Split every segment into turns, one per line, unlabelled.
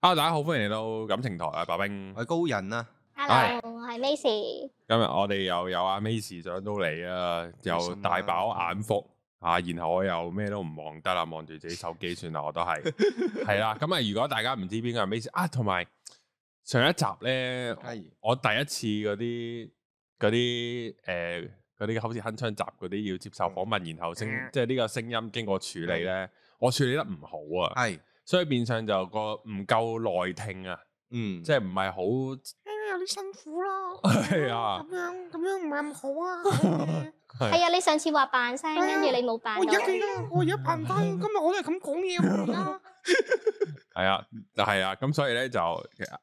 啊！大家好，歡迎嚟到感情台啊，白冰。
我係高人啊，
係
Hello，我係 Macy。
今日我哋又有阿 Macy 上到嚟啊，又大飽眼福啊，然後我又咩都唔望得啦，望住自己手機算啦，我都係係啦。咁啊，如果大家唔知邊個係 Macy 啊，同埋上一集咧，
係
我第一次嗰啲嗰啲誒嗰啲好似鏗鏘集嗰啲要接受訪問，然後聲即係呢個聲音經過處理咧，我處理得唔好啊，
係，
所以變相就個唔夠耐聽啊，
嗯，
即係唔係好。
哎
有啲辛苦 咯，
係啊
樣咁樣唔係咁好啊。
係
係啊，你上次話扮聲，跟住你冇扮到。
得，啊我而家 扮翻，今日我都係咁講嘢喎而 家。
系啊，系啊，咁所以咧就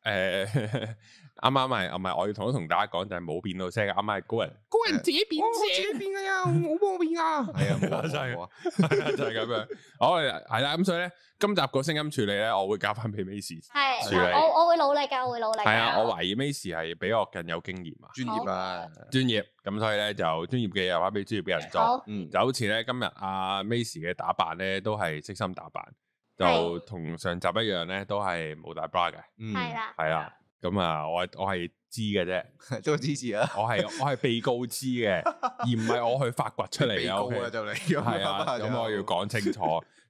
诶， 啱啱咪唔系我要同同大家講就係冇變到聲，啱啱係高人，
高人自己變我自己變㗎呀，我冇變啊。
係啊，冇 啊
真係
冇啊，
係 啊就係咁樣。我係啦，咁所以咧，今集個聲音處理咧，我會交翻俾 Macy。處理
係，我我會努力㗎，我會努力㗎。
係啊，我懷疑 Macy 係比我更有經驗啊，
專業啊，
專業。咁所以咧就專業嘅又翻俾專業嘅人做。
好
嗯，
就好似咧今日阿 Macy 嘅打扮咧，都係悉心打扮，就
係
同上集一樣咧，都係冇大 bra 嘅。
嗯
係，啦，
係啦，咁啊，我係我係知嘅啫。
都支持啊，
我係我係被告知 嘅，而唔係我去發掘出嚟
被
嘅。
告
OK
啊就嚟，咁
係啊，
就
咁我要講清楚。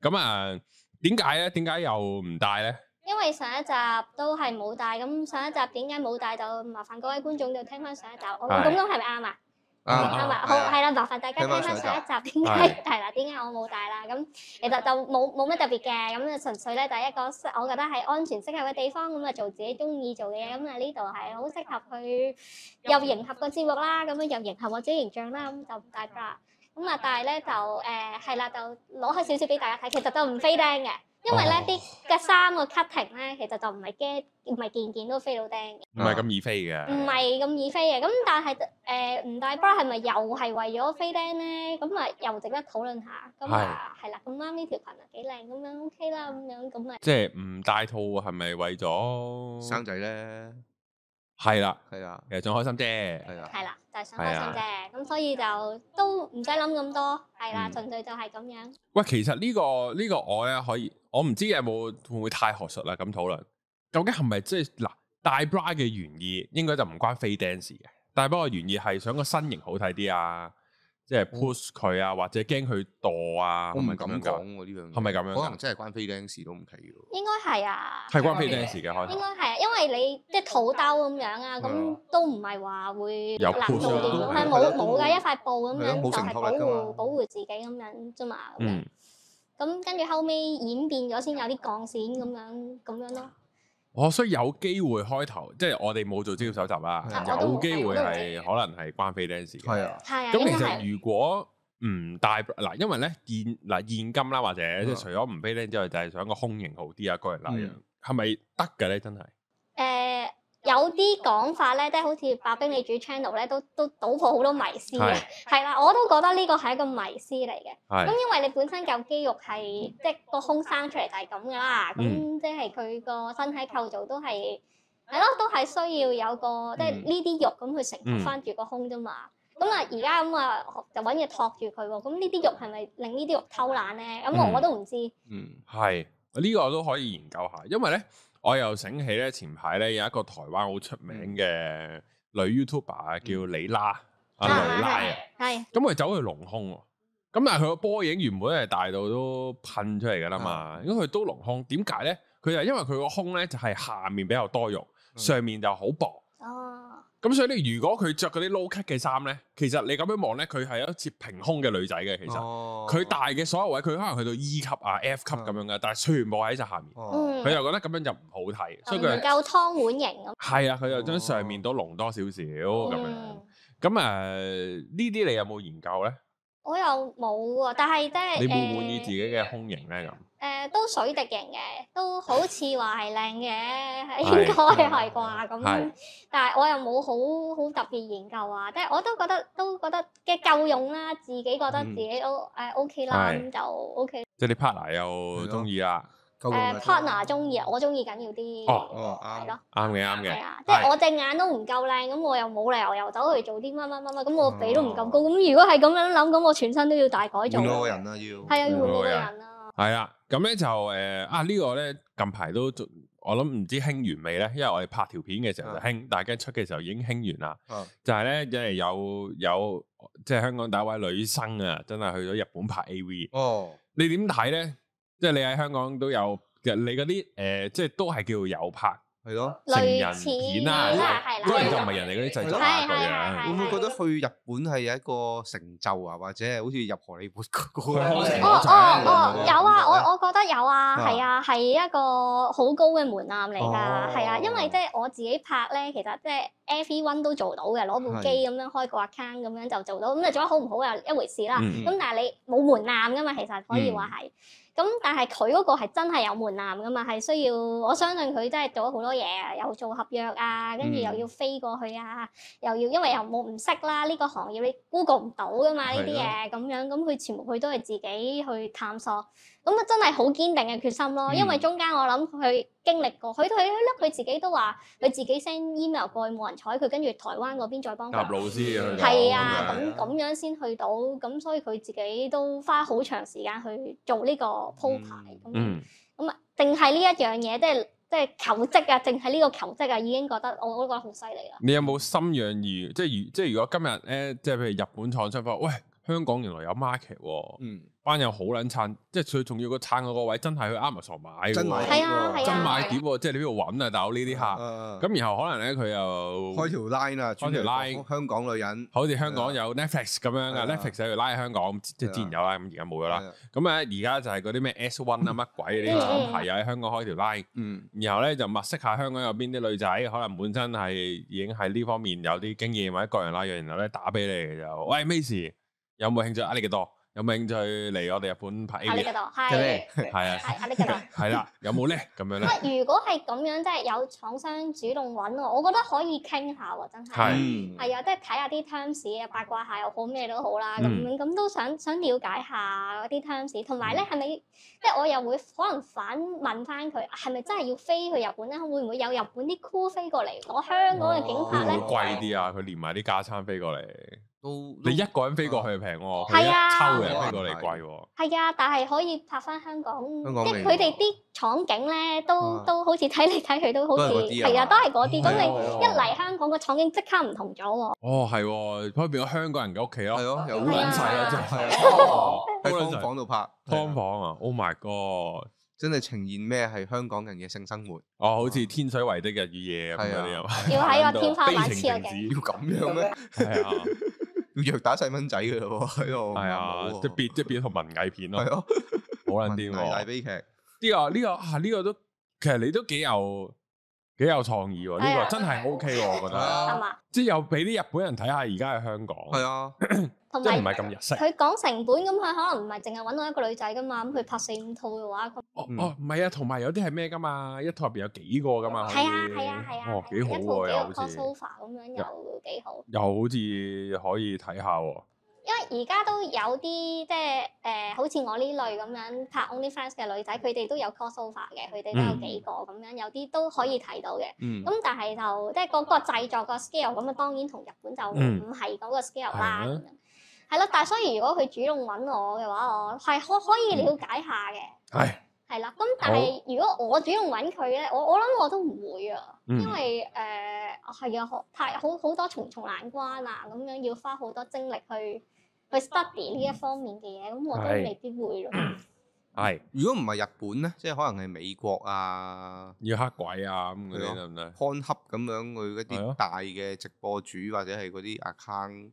咁啊，點解咧？點解又唔帶咧？
因為上一集都係冇帶，咁上一集點解冇帶就麻煩各位觀眾就聽翻上一集。我
係
咁樣係咪啱啊？
啊
啱啊，好
係啊
係啦，麻煩大家
聽
聽
返
翻
上
上
一
一
集
集點解係啦，點解我冇帶啦？咁其實就冇冇乜特別嘅，咁純粹咧就係一個我覺得係安全適合嘅地方，咁啊做自己中意做嘅嘢，咁啊呢度係好適合去又迎合個節目啦，咁啊樣又迎合我自己形象啦，咁就唔帶 bra。咁啊，但係咧就誒係啦，就攞開少少俾大家睇，其實就唔飛釘嘅，因為
哦
咧啲嘅衫個 cutting 咧，其實就唔係驚，唔係件件都飛到釘嘅。
唔
啊
係咁易飛嘅。
唔係咁易飛嘅，咁但係誒唔戴 bra 係咪又係為咗飛釘咧？咁啊又值得討論下。咁啊係啦，咁啱呢條裙啊幾靚咁樣 OK 啦，咁樣咁咪啊
即係唔帶套係咪為咗
生仔咧，
係啦？
啊係啊，
其實仲開心啫。
係啊，
係啦，就係想開心啫。咁所以就都唔使諗咁多，係
嗯
啦，純粹就係咁樣。
喂，其實呢個呢個我咧可以，我唔知有冇會唔會太學術啦咁討論。究竟係咪即係嗱帶 bra 嘅原意應該就唔關飛 dance 嘅，帶 bra 嘅原意係想個身形好睇啲啊，即係 push 佢啊，或者驚佢墮啊，
嗯
係
我唔
咪
敢
咁樣㗎
講喎呢樣嘢，
係咪咁樣㗎
可能真係關飛釘事都唔奇喎，
應該係啊，
係關飛 dance 嘅開
應
頭
該係啊，因為你即係肚兜咁樣啊，
係
咁
啊
都唔係話會
有
難
push
度
啊
點咁
係
係冇
咯
冇㗎一塊布咁
係咯
樣，
冇
就
承
係
托
保
力㗎
護
嘛
保護自己咁樣啫嘛。咁樣
嗯，
咁跟住後尾演變咗先有啲鋼線咁樣咁樣咯，
我哦所以有機會開頭，即係我哋冇做資料搜集啦
係啊，我
都
有
冇
機會
我都冇
係可能係關飛 dance 嘅。
係啊，
係啊，
咁
應
其
該係
實如果唔帶嗱，因為咧現嗱現金啦，或
嗯
者即係除咗唔飛咧之外，就係想個胸型好啲啊，個人那樣
嗯
係咪得嘅咧？真係
誒呃有啲講法咧，即係好似白冰你主 channel 咧，都都倒破好多迷思嘅
係，
係啦，我都覺得呢個係一個迷思嚟嘅。
係
咁因為你本身嚿肌肉係即係個胸生出嚟就係咁噶啦，
嗯
咁即係佢個身體構造都係係咯，都係需要有個即係
嗯
呢啲肉咁去承
嗯
托翻住個胸啫嘛。咁啊，而家咁啊就揾嘢托住佢喎。咁呢啲肉係咪令呢啲肉偷懶咧？咁
嗯
我我都唔知。
嗯，
係呢個都可以研究下，因為咧我又醒起咧前排咧有一個台灣好出
嗯
名嘅女 YouTuber 啊叫李拉啊
啊
雷拉啊，
係
咁佢走去隆胸喎，咁但係佢個波影原本係大到都噴出嚟噶啦
啊
嘛，因為佢都隆胸，點解咧？佢就係因為佢個胸咧就係下面比較多肉，
嗯
上面就好薄。
哦，
咁所以咧，如果佢着嗰啲 low cut 嘅衫咧，其實你咁樣望咧，佢係一似平胸嘅女仔嘅。其實
哦
佢，大嘅所有位，佢可能去到 E 級啊、F 級
嗯
咁樣嘅，但係全部喺晒下面，
哦，
嗯哦
佢，就覺得咁樣就唔好啊睇，所以
就唔
佢
夠湯碗型咁。
係啊，佢就將上
哦
面都隆多少少哦咁樣。
嗯
咁誒呃呢啲你有冇研究咧？
我又冇喎，但係即係
你滿唔滿意
誒
自己嘅胸型咧？咁
誒、都水滴型嘅，都好似話係靚嘅，
係
應該係啩
係
咁。但係我又冇好好特別研究啊，即係我都覺得都覺得嘅夠用啦，自己覺得
嗯
自己都誒、OK 啦，
係
咁就 OK。
即係你 partner 又
係咯
中意啊啦，
夠
嗯誒、
用啦
partner 中意啊，我中意緊要啲。
哦
哦啱
係咯，
啱嘅啱
係
嘅，
啊，即
係
係我隻眼都唔夠靚，咁我又冇理由又走去做啲乜乜乜乜，咁我鼻都唔
哦
夠高，咁如果係咁樣諗，咁我全身都要大改造
換
啦。
個人啦要，
係啊，要換
換
個
個人
人啊。
呃係啦。咁咧就誒啊呢個咧近排都做我我諗唔知興完未咧，因為我哋拍條片嘅時候就
啊
興，但係跟住出嘅時候已經興完啦。
啊
就係咧，因為有有即係香港第一位女生啊，真係去咗日本拍 A.V。
哦，
你點睇咧？即係你喺香港都有嘅，你嗰啲誒，即係都係叫有拍
係咯。
成
類
人
似
片啦，
啦，係啦，
當然就唔係人哋嗰啲製作下
係
佢
係係
啊。
會唔會覺得去日本係有一個成就啊，或者係好似入荷里活嗰個
係
哦哦哦，
我
有啊，
我
我我覺得有啊，
啊
係啊，係一個好高嘅門檻嚟㗎，
哦
係啊，因為即係我自己拍咧，其實即係 everyone 都做到嘅，攞部
係
機咁樣開個 account 咁樣就做到，咁你做得好唔好又一回事啦。
嗯
咁但係你冇門檻噶嘛，其實可以
嗯
話係。咁但係佢嗰個係真係有門檻噶嘛，係需要我相信佢真係做咗好多嘢，又做合約啊，跟住
嗯
又要飛過去啊，又要因為又冇唔識啦，呢、個行業你 Google 唔到噶嘛呢啲嘢咁樣，咁佢全部佢都係自己去探索，咁啊真係好堅定嘅決心咯。因為
嗯
中間我諗佢經歷過，佢佢佢佢自己都話佢自己 send email 過去冇人睬佢，跟住台灣嗰邊再幫佢
啊
搭。老師去到
係啊，
咁
咁
樣
咁樣先去到，咁所以佢自己都花好長時間去做呢個鋪排，咁樣
嗯，
咁啊，淨係呢一樣嘢，即係即係求職啊，淨係呢個求職啊，已經覺得我我都覺得好犀利啦。
你有冇心養而即係如即係如果今日咧，即係譬如日本廠商發喂香港原來有 market，喎
嗯，
班友好撚撐，即係最重要個撐嗰個位真係去 Amazon 買嘅喎，
真買
係啊係啊
真買碟喎，即係你邊度揾啊？大佬呢啲客，
啊
咁然後可能咧佢又
開條 line 啊，專
條
嚟
line
講香港女人
好似香港有 Netflix 咁樣
係
噶
啊
，Netflix 有拉喺香港，即係之前有啦，咁而家冇咗啦。
係啊
咁啊，而家就係嗰啲咩 S One 啊，乜鬼呢啲廠牌又喺香港開條 line，
嗯
然後咧就物色下香港有邊啲女仔，可能本身係已經喺呢方面有啲經驗或者各樣啦樣，然後咧打俾你嘅就，喂 Miss 有冇興趣？壓啊力幾多？有冇興趣嚟我哋日本拍
壓力
A
嘅
V？
度，係
真係
係
啊係啊，
壓力 嘅度。
係啦，有冇咧？咁樣咧，
啊，如果係咁樣，即係有廠商主動揾我，我覺得可以傾下喎，真係。
係
嗯
係啊，即係睇下啲 terms 啊，八卦下又好，咩都好啦，咁
嗯
樣咁都想想了解下嗰啲 terms，同埋咧
嗯
係咪即係我又會可能反問翻佢，係咪真係要飛去日本咧？會唔會有日本啲 crew 飛過嚟我香
哦
港嘅景
會
拍
唔
咧？
會貴啲啊？佢連埋啲架餐飛過嚟，
都
你一個人飛過去就平喎，佢
嗯係啊
一抽人飛過嚟貴喎。
係啊，但係可以拍翻香港，
香港
即係
味
佢哋啲廠景咧，都
啊
都好似睇嚟睇去都好似
都係嗰啲啊
係啊，都係嗰啲。咁你
哦
一嚟香港個廠景即刻唔同咗喎。
哦，係喎，可以變咗香港人嘅屋企
係
咯，
咯，又
好
係啊
撚細啦，真係
係啊
哦好
喺
撚
劏
細
房度拍
劏，
係啊
房啊！Oh my god！
真係呈現咩係香港人嘅性 生活，
哦，好似天水圍的日與夜咁
係
嗰
啊
啲啊，
要 喺個
度
天花板
悲情
黐個
城
要
市
咁樣咩？
係啊，
要虐打細蚊仔嘅咯喎，喺度
係啊，即係變即係變咗套文藝片咯
係，咯，
好撚
文
癲
藝大
喎！
悲劇，
呢個呢個啊呢個都其實你都幾有幾有創意喎，呢
係
個
啊
真係 OK 喎，我覺得，
啊
係嘛？
即係又俾啲日本人睇下而家喺香港，
係啊，
同
即係
埋
唔係咁日式。
佢講成本咁，佢可能唔係淨係揾到一個女仔噶嘛，咁佢拍四五套嘅話，咁
哦
嗯
哦，唔係啊，同埋有啲係咩噶嘛？一套入邊有幾個噶嘛？可以
係啊係啊係啊，
哦，幾好
一
喎，又
套幾個
好似
crossover 咁樣又幾好。
又好似可以睇下喎。
因為而家都有啲即係誒，好似我呢類咁樣拍 OnlyFans 嘅女仔，佢哋都有 crossover 嘅，佢哋都有
嗯
幾個咁樣，有啲都可以睇到嘅。
嗯
咁但係就即係嗰個製作個 scale 咁啊，當然同日本就
嗯
唔係嗰個 scale 啦。
係
咁
啊
樣係咯，但係所以如果佢主動揾我嘅話，我係可可以了解下嘅。
嗯係，
係啦，咁但係如果我主動揾佢咧，我我諗我都唔會啊，
嗯
因為誒係啊，好太好好多重重難關啊，咁樣要花好多精力去去 study 呢一方面嘅嘢，咁我都
係
未必會咯。
係
如果唔係日本咧，即係可能係美國啊、
要黑鬼啊咁嗰
係
啲
咯
得唔得？
Pornhub 咁樣，佢一
係啊
啲大嘅直播主或者係嗰啲 account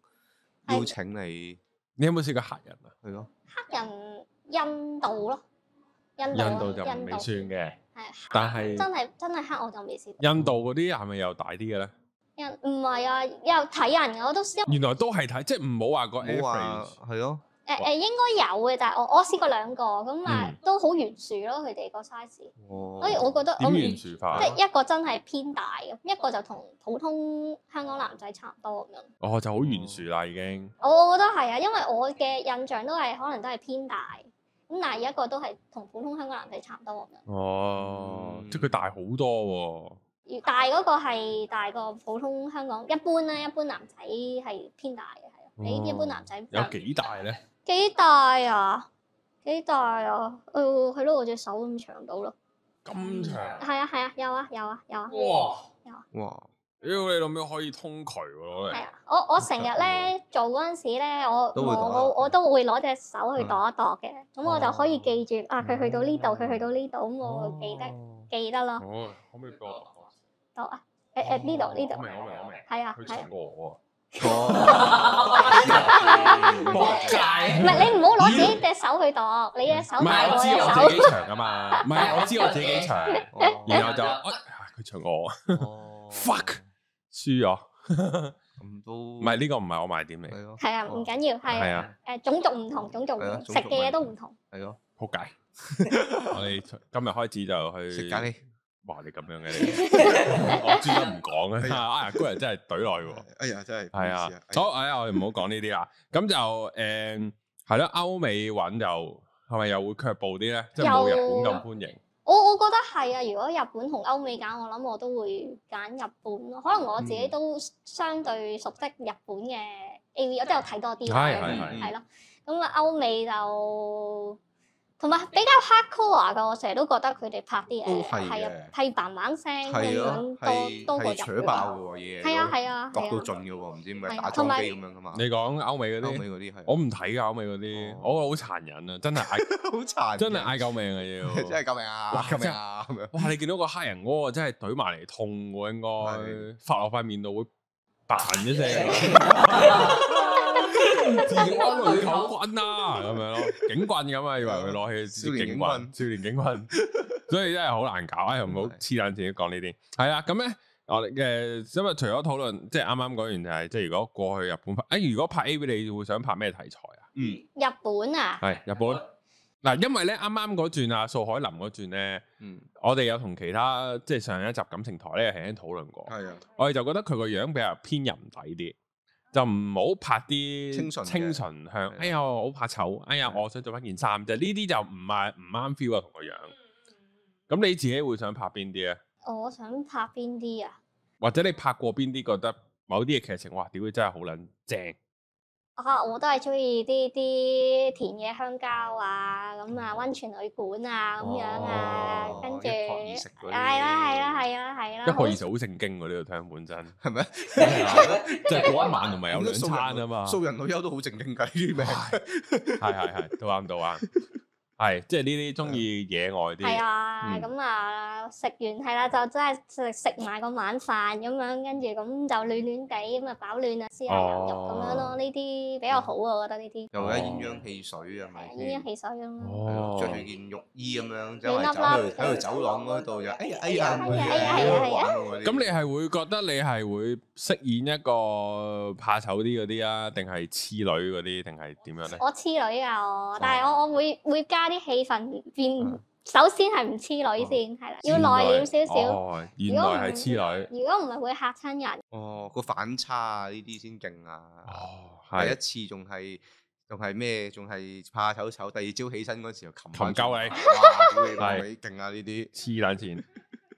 係
邀請你，
你有冇試過黑人啊？
係咯，
黑人印度咯，印度啊
印度就唔
印
未
度
算嘅，
係
但係
真係真係黑我就未試過。
印度嗰啲係咪又大啲嘅咧？
印唔係啊，又睇人嘅我都因
原來都係睇，即係唔好話個
冇話
average。
係咯，
誒誒應該有嘅，但係我我試過兩個咁啊，
嗯
都好懸殊咯，佢哋個 size，所以哎我
哦，
覺得
點
我唔
完殊啊化
即？係一個真係偏大嘅，一個就同普通香港男仔差唔多咁樣。
哦，就好懸殊啦已經。
我我覺得係啊，因為我嘅印象都係可能都係偏大，咁但係一個都係同普通香港男仔差唔多咁樣。
哦，
嗯
即係佢大好多
而大嗰個係大過普通香港，一般咧一般男仔係偏大嘅，係啊。你一般男仔
喎，哦有幾大咧？
哎幾大啊？幾大啊？誒係咯，我隻手咁長到咯。
咁長，
係啊係啊，有啊有啊有啊，
哇！
哇！
屌你老味可以通渠喎攞
係
嚟，
啊，我我成日咧做嗰陣時咧，我
都
我
會度
我我都會攞隻手去
嗯
度一度嘅，咁我就可以
哦
記住啊，佢去到呢度，佢
嗯
去到呢度，咁我會記得記得咯，
哦，可唔可以俾我讀啊？
度啊，誒誒呢度呢
我明
度，
我明我明，
係啊
佢
係啊
襯，過我啊，
哦，
博界
唔係你唔好攞自己隻手去度，你隻手
唔
大
係
過
我
隻
知
手
我自，己長啊嘛，唔係我知我自 己長，然後就
啊
哎呀佢長過我，
哦
Fuck 輸咗，
咁都
唔係呢個唔係我賣點嚟
係，咯，
係啊唔緊要，係
係
啊
啊，
誒種族唔同，種族唔
係啊
同，
種
食
族
嘅嘢
唔
都
同
唔同，
係咯，
仆街！ 我哋今日開始就去
食咖喱。
哇！你咁樣嘅你，我專登唔講啊！哎呀，高人真係懟內喎。
哎呀，真係
係啊，好，哎呀，我哋唔好講呢啲啦。咁就誒係咯，歐美揾就係咪又會卻步啲咧？即係冇日本咁歡迎。
我我覺得係啊，如果日本同歐美揀，我諗我都會揀日本咯。可能我自己
嗯
都相對熟悉日本嘅 AV，我都有睇多啲
係
啦
係
係
係咯。咁啊，歐美就同埋比較 hardcore 嘅，我成日都覺得佢哋拍啲
都
嘢
係
係
嘅
啊，係嘭嘭聲咁
係咯，
樣
係
多多
係
過日
扯
本。
爆嘅喎嘢，
係啊係啊
度
係
到
啊，
盡嘅喎，唔知點解
係啊
打
同
裝
埋
機咁樣噶嘛，
你講歐美嗰
歐美
啲，
嗰啲係
我唔睇㗎，歐美嗰啲，
哦
我好殘忍啊！真係 嗌，
好殘，
真係嗌救命啊！
真係
要。
救命啊！
哇
救命啊！咁樣
哇！你見到個黑人嗰個真係懟埋嚟痛喎，應該
係
發落塊面度會嘭一聲。 自安女球棍啊，咁樣咯，警棍咁啊，以為佢攞起支警棍， 少年警 棍，所以真係好難搞，哎，唔好黐撚線講呢啲。係啦，咁咧，我哋誒，因為除咗討論，即係啱啱講完就係，即係如果過去日本拍，誒，如果拍 A V，你會想拍咩題材啊？
日本啊，
係日本嗱，因為咧啱啱嗰轉啊，素海林嗰轉咧，
嗯，
我哋有同其他即係上一集感情台咧輕輕討論過，
係啊，
我哋就覺得佢個樣比較偏人底啲，就唔好拍啲
清純嘅
清純向。
係
哎呀，我好怕醜。哎呀，
係
我想做翻件衫啫。呢啲就唔係唔啱 feel 啊，同個樣。
嗯
咁你自己會想拍邊啲咧？
我想拍邊啲啊？
或者你拍過邊啲覺得某啲嘅劇情，哇！屌，真係好撚正。
啊！我都係中意啲啲田野香郊啊，咁啊温泉旅館啊咁樣啊
哦，
跟住
一泊二食嗰啲
係啦係啦係啦係啦，
一個
好
二十好聖經喎，呢個聽本身，
係咪？
即係嗰一 晚同埋有兩餐啊嘛。
素人女優都好正經㗎呢啲名，
係係係，都啱都啱。係即係呢啲中意野外啲。
係啊，
嗯
咁啊食完係啦，就真係食食埋個晚飯咁樣，跟住咁就暖暖地咁啊飽暖啊，絲下牛肉咁樣
哦
咯，呢啲比較好啊，我覺得呢啲
又有鴛鴦汽水係咪
係啊煙
先
一？汽水咁咯。
係
哦
咯，着住件浴衣咁樣走
亂
嚟
粒
走去
粒
喺度走廊嗰度就哎呀哎呀
哎呀哎呀哎呀哎呀
咁你係會覺得你係會飾演一個怕醜啲嗰啲啊，定係痴女嗰啲，定係點樣咧？
我痴女啊我，但係我我會會加啲氣氛變
嗯，
首先係唔痴女先，係啦，要內斂少少。
哦，原來係痴女。
如果唔係會嚇親人，
哦個反差啊呢啲先勁啊！
哦，
第一
係
次仲係仲係咩？仲係怕醜醜，第二朝起身嗰時候擒
擒鳩你
你
係
係勁啊呢啲
黐撚 線。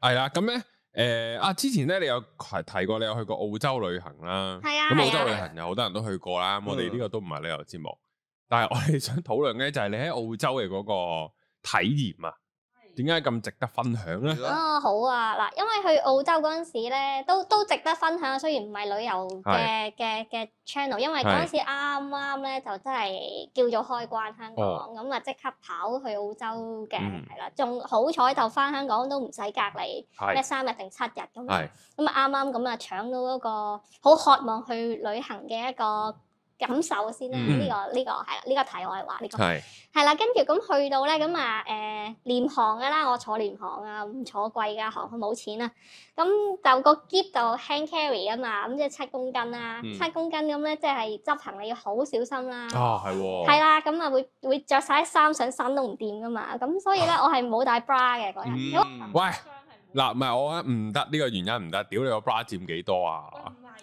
係啦，咁咧。誒啊！之前咧，你有提提過你有去過澳洲旅行啦。
係啊
咁澳
係啊
洲旅行有好多人都去過啦。咁我哋
嗯
呢個都唔係旅遊節目，但係我 哋想討論咧，就係你喺澳洲嘅嗰個體驗啊，點解咁值得分享咧
係？咯
啊好啊嗱，因為去澳洲嗰陣時咧，都都值得分享。雖然唔係旅遊嘅嘅嘅 channel，因為嗰陣時啱啱咧就真係叫做開關香港，
哦
咁啊即刻跑去澳洲嘅
嗯
係啦，仲好彩就翻香港都唔使隔離咩
係
三日定七日咁樣。
係
咁啊啱啱咁啊搶到嗰個好渴望去旅行嘅一個感受先啦，
嗯
呢、個呢、個係啦，呢、個題外話呢、個
係
係啦，跟住咁去到咧咁啊誒廉航噶啦，我坐廉航啊，唔坐貴噶航空冇錢啊，咁就個篋就 hand carry 啊嘛，咁即係七公斤啦，
嗯
七、公斤咁咧即係執行你要好小心啦。
啊，係喎。
係啦，咁啊會會哦著曬衫上身都唔掂噶嘛，咁所以咧我係冇帶 bra 嘅嗰日，因為
嗯
喂，嗱，唔係我覺得唔得呢個原因唔得，屌你個 bra 佔幾多啊？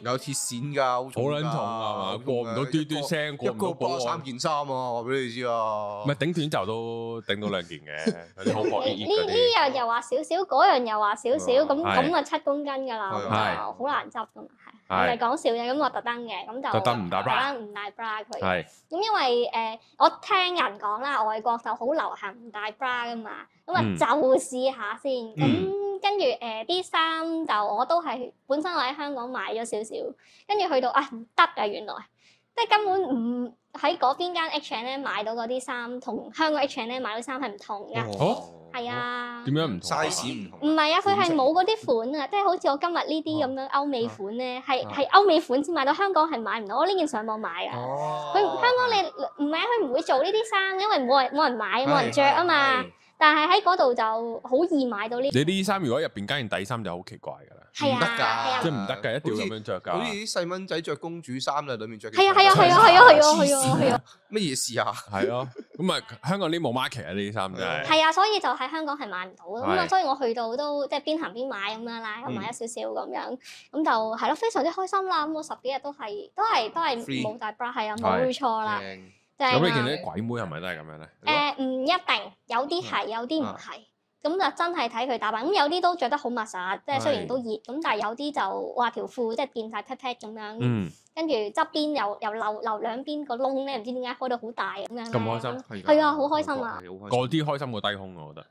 有鐵線㗎，好
好
重
撚
㗎
重啊嘛，過唔到嘟嘟，聲，
一
過
個一
唔
個
到保
波
安
三。件衫啊，話俾你知啊。
唔係頂短袖都頂到兩件 嘅，有啲好薄熱
你
熱
呢
嗰
呢
啲。
樣又話少少，嗰樣又話少少，
係
咁咁啊七公斤㗎啦，
係
咁就好難執㗎嘛。係我
係
哋講笑嘅，咁我特登嘅，咁就
特登唔戴 bra
特登唔戴 bra 佢。
係
咁因為誒、呃我聽人講啦，外國就好流行唔戴 bra 噶嘛，咁啊
嗯
就試下先。咁、
嗯
跟住誒啲衫就我都係本身我喺香港買咗少少，跟住去到啊唔得啊原來，即係根本唔喺嗰邊間 H&M 買到嗰啲衫，同香港 H&M 買到衫係唔同㗎，
哦
係、啊。
點樣唔同啊
size 唔
唔
同，
係啊，佢
款式
係冇嗰啲款啊，即係好似我今日呢
哦
啲咁樣歐美款咧，係係歐美款先買到，香港係買唔到。我呢件上網買啊。
哦
佢香港你唔係啊佢唔會做呢啲衫，因為冇人冇人買
哦
啊，冇人着啊嘛。但係喺嗰度就好易買到呢。
你呢啲衫如果入邊加件底衫就好奇怪㗎啦，
係啊，
得㗎
係啊
即係唔得嘅，一定要咁樣着
好
㗎。
似啲細蚊仔着公主衫啦，裏面着件
係啊係啊係啊係啊係啊係啊係啊
乜嘢事啊？
係咯，咁啊香港啲冇 market 啊，呢啲衫真
嗯
係。
係啊，所以就喺香港係買唔到咯。咁啊，
係
所以我去到都即係邊行邊買咁樣啦，又買咗少少咁樣，咁就係咯，非常之開心啦。咁我十幾日都係都係都係
Free
冇戴 bra，係啊，
係
冇錯啦，
正
就
咁
係啊
你見到
啦
啲鬼妹係咪都係咁樣咧？
誒唔一定，有啲係，有啲唔
啊
係。咁就真係睇佢打扮，咁有啲都着得好密實，即係雖然
係
都熱，咁但係有啲就哇條褲即係見晒 pat pat 咁樣，
嗯，
跟住側邊又又漏漏兩邊個窿咧，唔知點解開到好大咁
咁
樣。
開心，
係㗎
係啊好開心啊！
係好開心
嗰啲開心過低胸，我覺得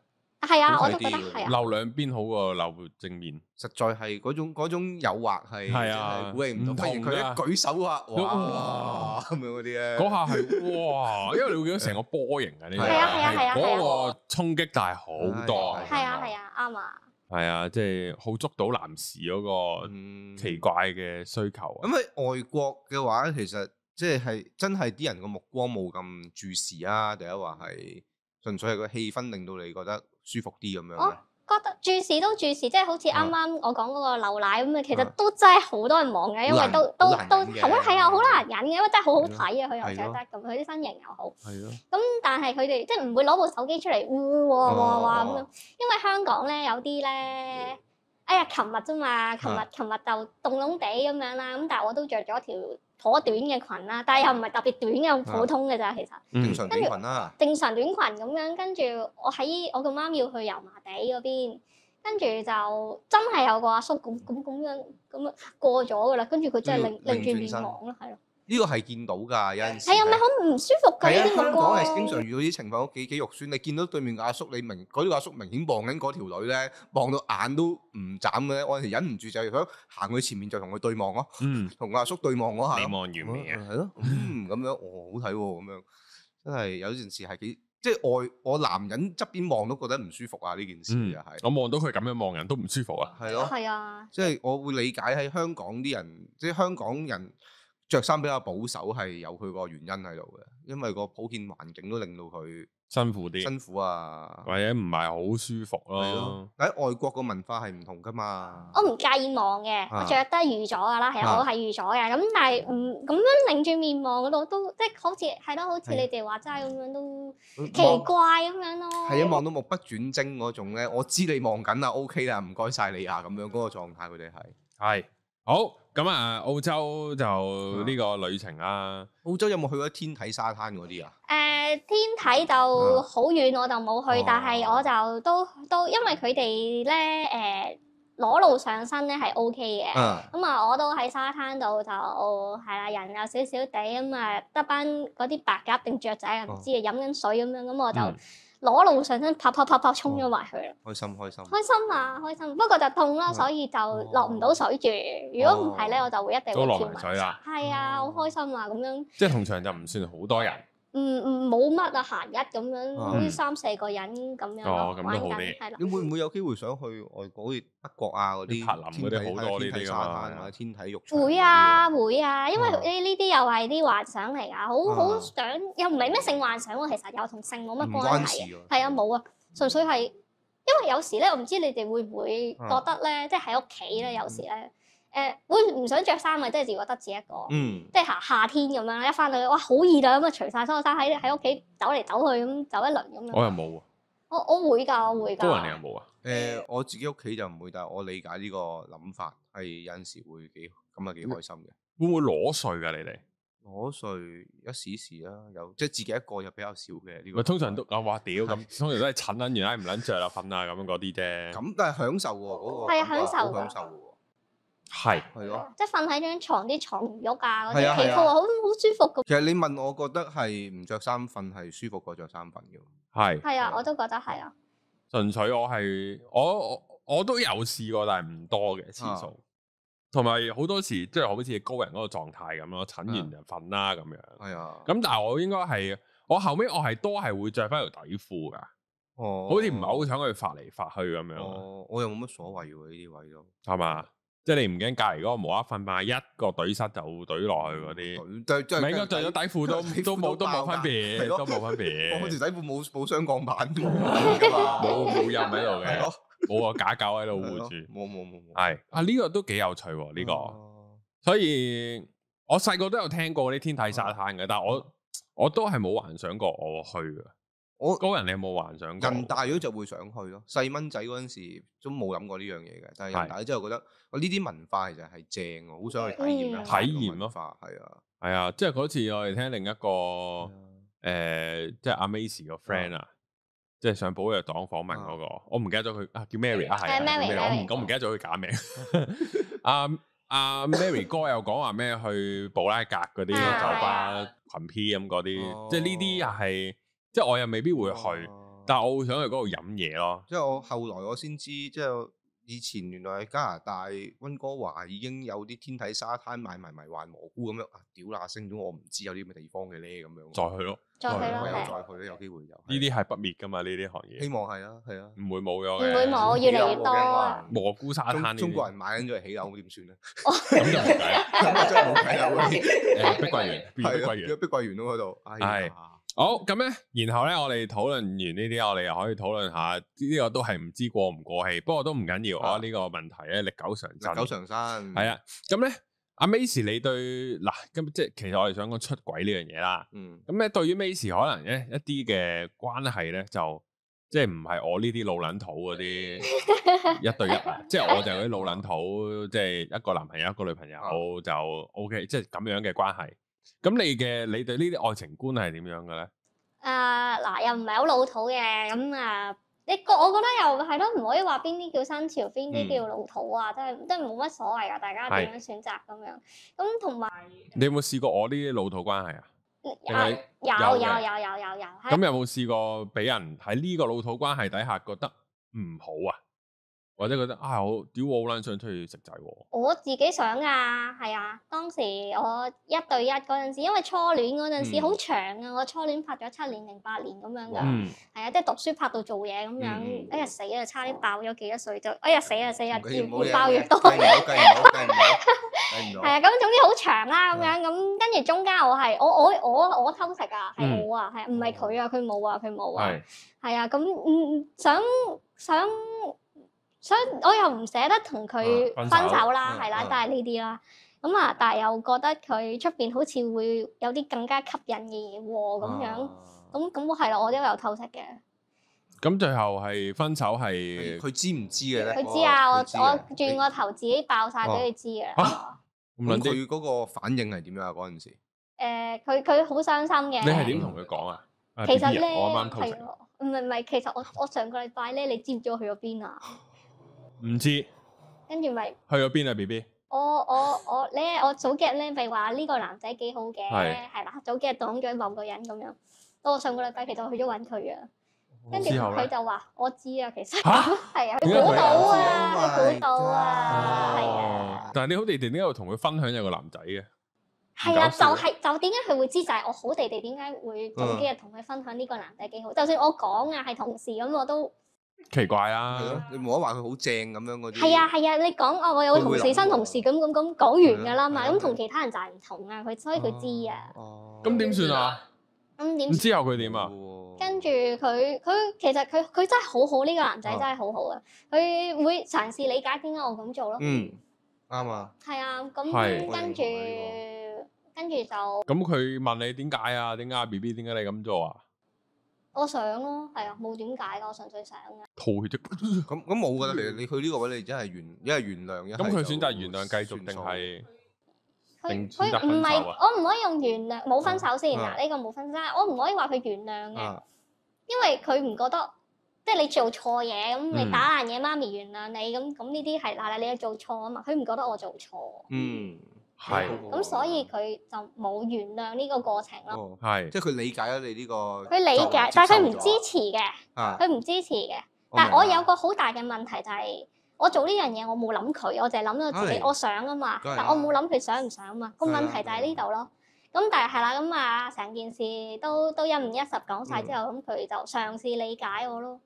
係啊，
好
我
睇
都覺得
啲
係啊。
漏兩邊好過漏正面。
實在係嗰種嗰種誘惑係
係啊
真係估你唔
唔
到，
同
忽然佢
㗎
一舉手啊，哇
哇
咁樣嗰啲咧，
嗰下係哇，因為你會見到成個波形啊，呢個
係啊係啊係啊係啊
嗰個衝擊大好多，
係
係啊係啊啱啊！
係啊，即係好捉到男士嗰個
嗯
奇怪嘅需求啊
咁。喺外國嘅話，其實即係真係啲人個目光冇咁注視啊，定係話係純粹係個氣氛令到你覺得舒服啲咁樣咧？
覺得注視都注視，即係好似啱
啊
啱我講嗰個流奶咁啊，其實
啊
都真係好多人望嘅，因為
難
都都
好難
都
忍嘅
好係啊，好難忍嘅，因為真係好好
係咯
睇啊，佢又
係
着
咯
得咁，佢啲身形又好。
係咯，
咁但係佢哋即係唔會攞部手機出嚟，呜哇哇哇咁樣
哦，
因為香港咧有啲咧，哎呀，琴日啫嘛，琴日
啊
琴日就凍凍地咁樣啦，咁但係我都着咗條頗短嘅裙啦，但係又唔係特別短嘅，好普通嘅咋其實，
嗯
正常短裙啦，
正常短裙咁樣，跟住我喺我咁啱要去油麻地嗰邊。跟住就真係有個阿叔咁咁咁樣咁樣過咗噶啦，跟住佢真係擰
嗯
擰住
擰轉
面
身
望啦，係咯，
呢個係見到㗎，有陣時
係啊，咪好唔舒服㗎
係
呢
啊，
啲目
香港係
光。
經常遇到啲情況，幾幾肉酸。你見到對面個阿叔，你明嗰啲阿叔明顯望緊嗰條女咧，望到眼都唔眨嘅咧，我係忍唔住就係想行佢前面就同佢對望咯，
嗯，
同個阿叔對望嗰下
你
咯。
望完未啊？
係咯，嗯，咁樣哦，好睇喎，咁樣真係有件事係幾，即係外我男人側邊望都覺得唔舒服啊！呢件事
嗯
啊，係
我望到佢咁樣望人都唔舒服啊。
係咯，
係啊，
即係我會理解喺香港啲人，即係香港人着衫比較保守係有佢個原因喺度嘅，因為個普遍環境都令到佢
辛苦啲，
辛苦啊。
或者唔係好舒服咯
係咯。，喺外國個文化係唔同噶嘛。
我唔介意望嘅，我
啊
着得預咗噶啦，係啊
啊
我係預咗嘅。咁但係唔咁樣擰住面望嗰度都即係好似係咯，好似
係嗯
你哋話齋咁樣都
望
奇怪咁樣咯。
係啊，望到目不轉睛嗰種咧，我知你望緊啦，OK 啊啦，唔該晒你啊，咁樣嗰個狀態佢哋係。
係好咁啊，澳洲就呢個旅程啊啦。
澳洲有冇去過天體沙灘嗰啲啊？
誒、天體就好遠，我就冇去，
啊哦
但係我就都都因為佢哋咧誒裸露上身咧係 O K 嘅。
啊，
咁啊，我都喺沙灘度就係啦，人有少少地咁啊，得班嗰啲白鴿定雀仔啊，唔
哦
知啊，飲緊水咁樣，咁
嗯
我
哦
就裸露上身，啪啪啪啪衝咗埋去啦，
開心開心。
開心啊，開心！不過就痛啦，
嗯
所以就落唔到水住。如果唔係咧，
哦
我就會一定
哦都
會
落
跳
埋
埋
水。啦，
係啊，好
哦
開心啊，咁樣
即係同場就唔算好多人。
唔唔冇乜啊，閒日咁樣，好似
嗯
三四個人咁樣
哦
咯
咁都
玩
好
緊，
啲
係啦。
你會唔會有機會想去外國，好似德國啊嗰啲
啲柏林嗰啲
天體
好多呢啲㗎嘛
天體沙灘或者天體浴場嗰啲？
會啊會啊，因為
啊
呢呢啲又係啲幻想嚟㗎，好好
啊
想又唔係咩性幻想喎，其實又同性冇乜
唔
關
關
係
事
嘅，
㗎
係啊冇啊，純粹係因為有時咧，我唔知你哋會唔會
嗯
覺得咧，即係喺屋企咧，有時咧誒會唔想着衫啊，即係覺得自己一個。
嗯，
即係夏夏天咁樣啦，一翻到去哇好熱啊咁啊，除晒所有衫喺喺屋企走嚟走去咁走一輪咁樣。
我又冇啊，
我我會㗎，我會㗎。
高人你又冇啊？
诶、我自己屋企就唔會，但係我理解呢個諗法係有阵时会几咁啊，
嗯
幾開心嘅。
會唔會攞税噶？你哋
攞税一時時啦，有即係自己一個就比較少嘅呢、個。
咪通常都啊，哇屌咁，通常都係襯撚完，唉唔撚着啦，瞓啦咁樣嗰啲啫。
咁，但係享受喎嗰、個
係啊
感覺
享
好
受㗎
享受喎，
係
係咯。
即係瞓喺張床啲床褥啊嗰
係啊
啲被
係啊
鋪啊，好好舒服噶。
其實你問我覺得係唔着衫瞓係舒服過着衫瞓嘅喎。
係。
係
係，
啊
啊
我都覺得係啊。
純粹我係我我我都有試過，但係唔多嘅次數，
啊
同埋好多時即係好似高人嗰個狀態咁咯，診完就瞓啦咁樣。咁
啊係啊，
但係我應該係我後尾我係多係會着翻條底褲噶，
哦
好似唔係好啊想佢發嚟發去咁樣，
哦，我又冇乜所謂喎呢啲位都。
係嘛？即係你唔驚隔離嗰個無啦啦瞓埋一個懟膝就懟落去嗰啲，
對，對
唔
對
係應該着咗底褲都
哦底褲
都冇都冇
爆
分
㗎
別，
係咯
都冇分
我條
別，
底褲冇冇雙鋼板㗎 嘛，
冇冇印喺度
係
嘅，
咯
冇個假狗喺度護
係咯
住。
冇冇冇冇
係啊，呢個都幾有趣喎，呢個。
哦
所以我細個都有聽過嗰啲天體
嗯
沙灘嘅，但係我我都係冇幻想過我去嘅。
我
高人你有冇幻想過？
人大咗就會想去咯，細蚊仔嗰陣時都冇諗過呢樣嘢嘅，但係
係
人大咗之後覺得，我呢啲文化其實係正喎，好想去體驗
嗯
一
體驗咯
咯，係啊，
係啊，即係嗰次我哋聽另一
係
個
啊
诶，呃即係阿 Macy 個 friend 啊，即係上寶藥黨訪問
啊
嗰個，我唔記得咗佢啊，叫 Mary 啊，係啊
係 Mary，
叫我唔
Mary
我唔記得咗佢假名。阿阿 Mary 哥又講話咩去布拉格嗰啲酒
啊係
吧
啊
群 P 咁嗰啲，
哦
即係呢啲又係，即係我又未必會去，，但係我會想去嗰度飲嘢咯。
即係我後來我先知，即係以前原來喺加拿大温哥華已經有啲天體沙灘賣埋迷幻蘑菇咁樣啊！屌啦，升咗我唔知有啲咁嘅地方嘅咧咁樣。
再去咯。
再去
係
咯
我啊又
係啊
再去咧，有機會有。啊
呢啲係不滅噶嘛？呢啲行
希
業
望係啊，係啊。
唔會冇咗
唔
嘅，
會冇，越嚟越多啊！
蘑菇沙灘呢
中中國
啲
人買緊咗嚟起樓，咁點算咧？
咁 就冇計啦。
咁真係冇計啦，
誒，碧桂園，變咗碧
係啊
桂
變咗
園。
碧桂園咯嗰度。哎係
好咁咧，然後咧，我哋討論完呢啲，我哋又可以討論下呢個都係唔知過唔過氣，不過都唔緊要。
啊
我呢個問題咧，歷久常
歷久
新。
常新。
係，啊，咁咧，阿 Macy 你對嗱，咁即係其實我哋想講出軌呢樣嘢啦。
嗯，
咁咧，對於 Macy 可能咧一啲嘅關係咧，就即係唔係我呢啲老撚土嗰啲一對一啊，即係我就係嗰啲老撚土，即係一個男朋友一個女朋
啊
友就 OK，即係咁樣嘅關係。咁你嘅你對呢啲愛情觀係點樣嘅咧？
啊嗱，又唔係好老土嘅，咁啊，你個我覺得又係咯，唔可以話邊啲叫新潮，邊
嗯
啲叫老土啊，真係真係冇乜所謂啊，大家
係
點樣選擇咁樣。咁同埋
你有冇試過我呢啲老土關係啊？定
啊
係
有有
有嘅
有有有有，係
咁有冇試過俾人喺呢個老土關係底下覺得唔好啊？或者覺得啊，我屌我好撚想出去食仔喎，
我自己想啊，係啊，當時我一對一嗰陣時，因為初戀嗰陣時
嗯
好長啊，我初戀拍咗七年零八年咁樣㗎，
哇
係
嗯，
啊，即係讀書拍到做嘢咁
嗯嗯
樣，哎呀死啊，差啲爆咗幾多歲就，哎呀死啊死啊，越
唔好嘢
越爆越多。
計唔到，計唔到，計唔到，計唔
係
到。
啊，咁總之好長啦，咁樣咁跟住中間我係我我我我偷食啊，係
嗯
我啊，係啊唔係佢啊，佢冇啊，佢冇啊，
係
係啊，咁嗯想想想我又唔捨得同佢
啊分
分
手
手啦
嗯，
係啦
嗯，
但係呢啲啦，咁啊，但係又覺得佢出邊好似會有啲更加吸引嘅嘢喎，咁樣
啊
咁咁我係啦，我都有偷食嘅，
咁最後係分手係
佢佢知唔知嘅咧？
佢知啊，我
佢知嘅
我轉個頭自己爆晒俾佢知啊嘅，
啊咁
咁
撚啲。
佢嗰個反應係點樣啊？嗰陣時，
誒佢佢好傷心嘅。
你係點同佢講啊？啊
其實
BB 啊
咧，
我啱啱偷
係
食，
我唔係唔係，其實我我上個禮拜咧，你知唔知我去咗邊啊？
唔知去
跟住咪
咗邊啊？B B，
我我我咧，我早幾日咧咪話呢個男仔幾好嘅，
係
係啦，早幾日擋咗某個人咁樣。到我上個禮拜其實我去咗揾佢啊，跟住
哦之後
佢
咧
就話我知啊，其實
嚇
係啊，佢
點解佢
估到
知
啊，
Oh my
佢估到啊，係啊。
哦，但係你好地地點解有同佢分享有個男仔嘅？
係啊，
搞
就
笑啊
係、就點解佢會知就係、我好地地點解會早幾日同佢分享呢個男仔幾好，就算我講啊係同事咁我都
奇怪
係
啊
咯！，你冇得話佢好正咁樣嗰啲。
係啊係啊，你講哦，我有同事
佢會諗
新
喎
同事咁咁咁講完㗎啦嘛，
係啊係啊
咁同其他人就係唔同啊，佢所以佢知啊。
哦。
咁點算啊？
咁點
嗯
咁
算？
之後佢點啊？
冇喎？
跟住佢佢其實佢佢真係好好呢個男仔
啊
真係好好啊，佢會嘗試理解點解我咁做咯。
嗯，啱啊。
係啊，咁
係
跟住
呢
跟住就
啊咁佢問你點解啊？點解 B B 點解你咁做啊？
我想咯，係啊，冇點解噶，我純粹想啊噶。
吐血啫。
咁咁冇噶啦，其實你去呢個位，你真係原一係原諒，一係
咁佢
就
選擇原諒繼續定
算數
係定
佢
選擇
佢唔
分
係
手啊
我唔可以用原諒冇分手先
啊
嗱，呢個冇分手，我唔可以話佢原諒嘅，
啊
因為佢唔覺得即係你做錯嘢咁，
嗯
你打爛嘢媽咪原諒你咁，咁呢啲係嗱你係做錯啊嘛，佢唔覺得我做錯，
嗯
係
咁所以佢就冇原諒呢個過程咯。
哦，
係
即係佢理解咗你呢個
佢理
作為
解
接，
但係佢
受
唔
咗
支持嘅，
啊，
佢唔支持嘅。但
哦明
係我
啦
有個好大嘅問題就係、我做呢樣嘢我冇諗佢，我就係諗咗自己
係
我想啊嘛，
梗係
但
啦
我冇諗佢想唔想啊嘛。個
梗係啦
問題就喺呢度咯。咁但係係啦，咁啊成件事都都一五一十講
嗯
晒之後，咁佢、就嘗試理解我咯。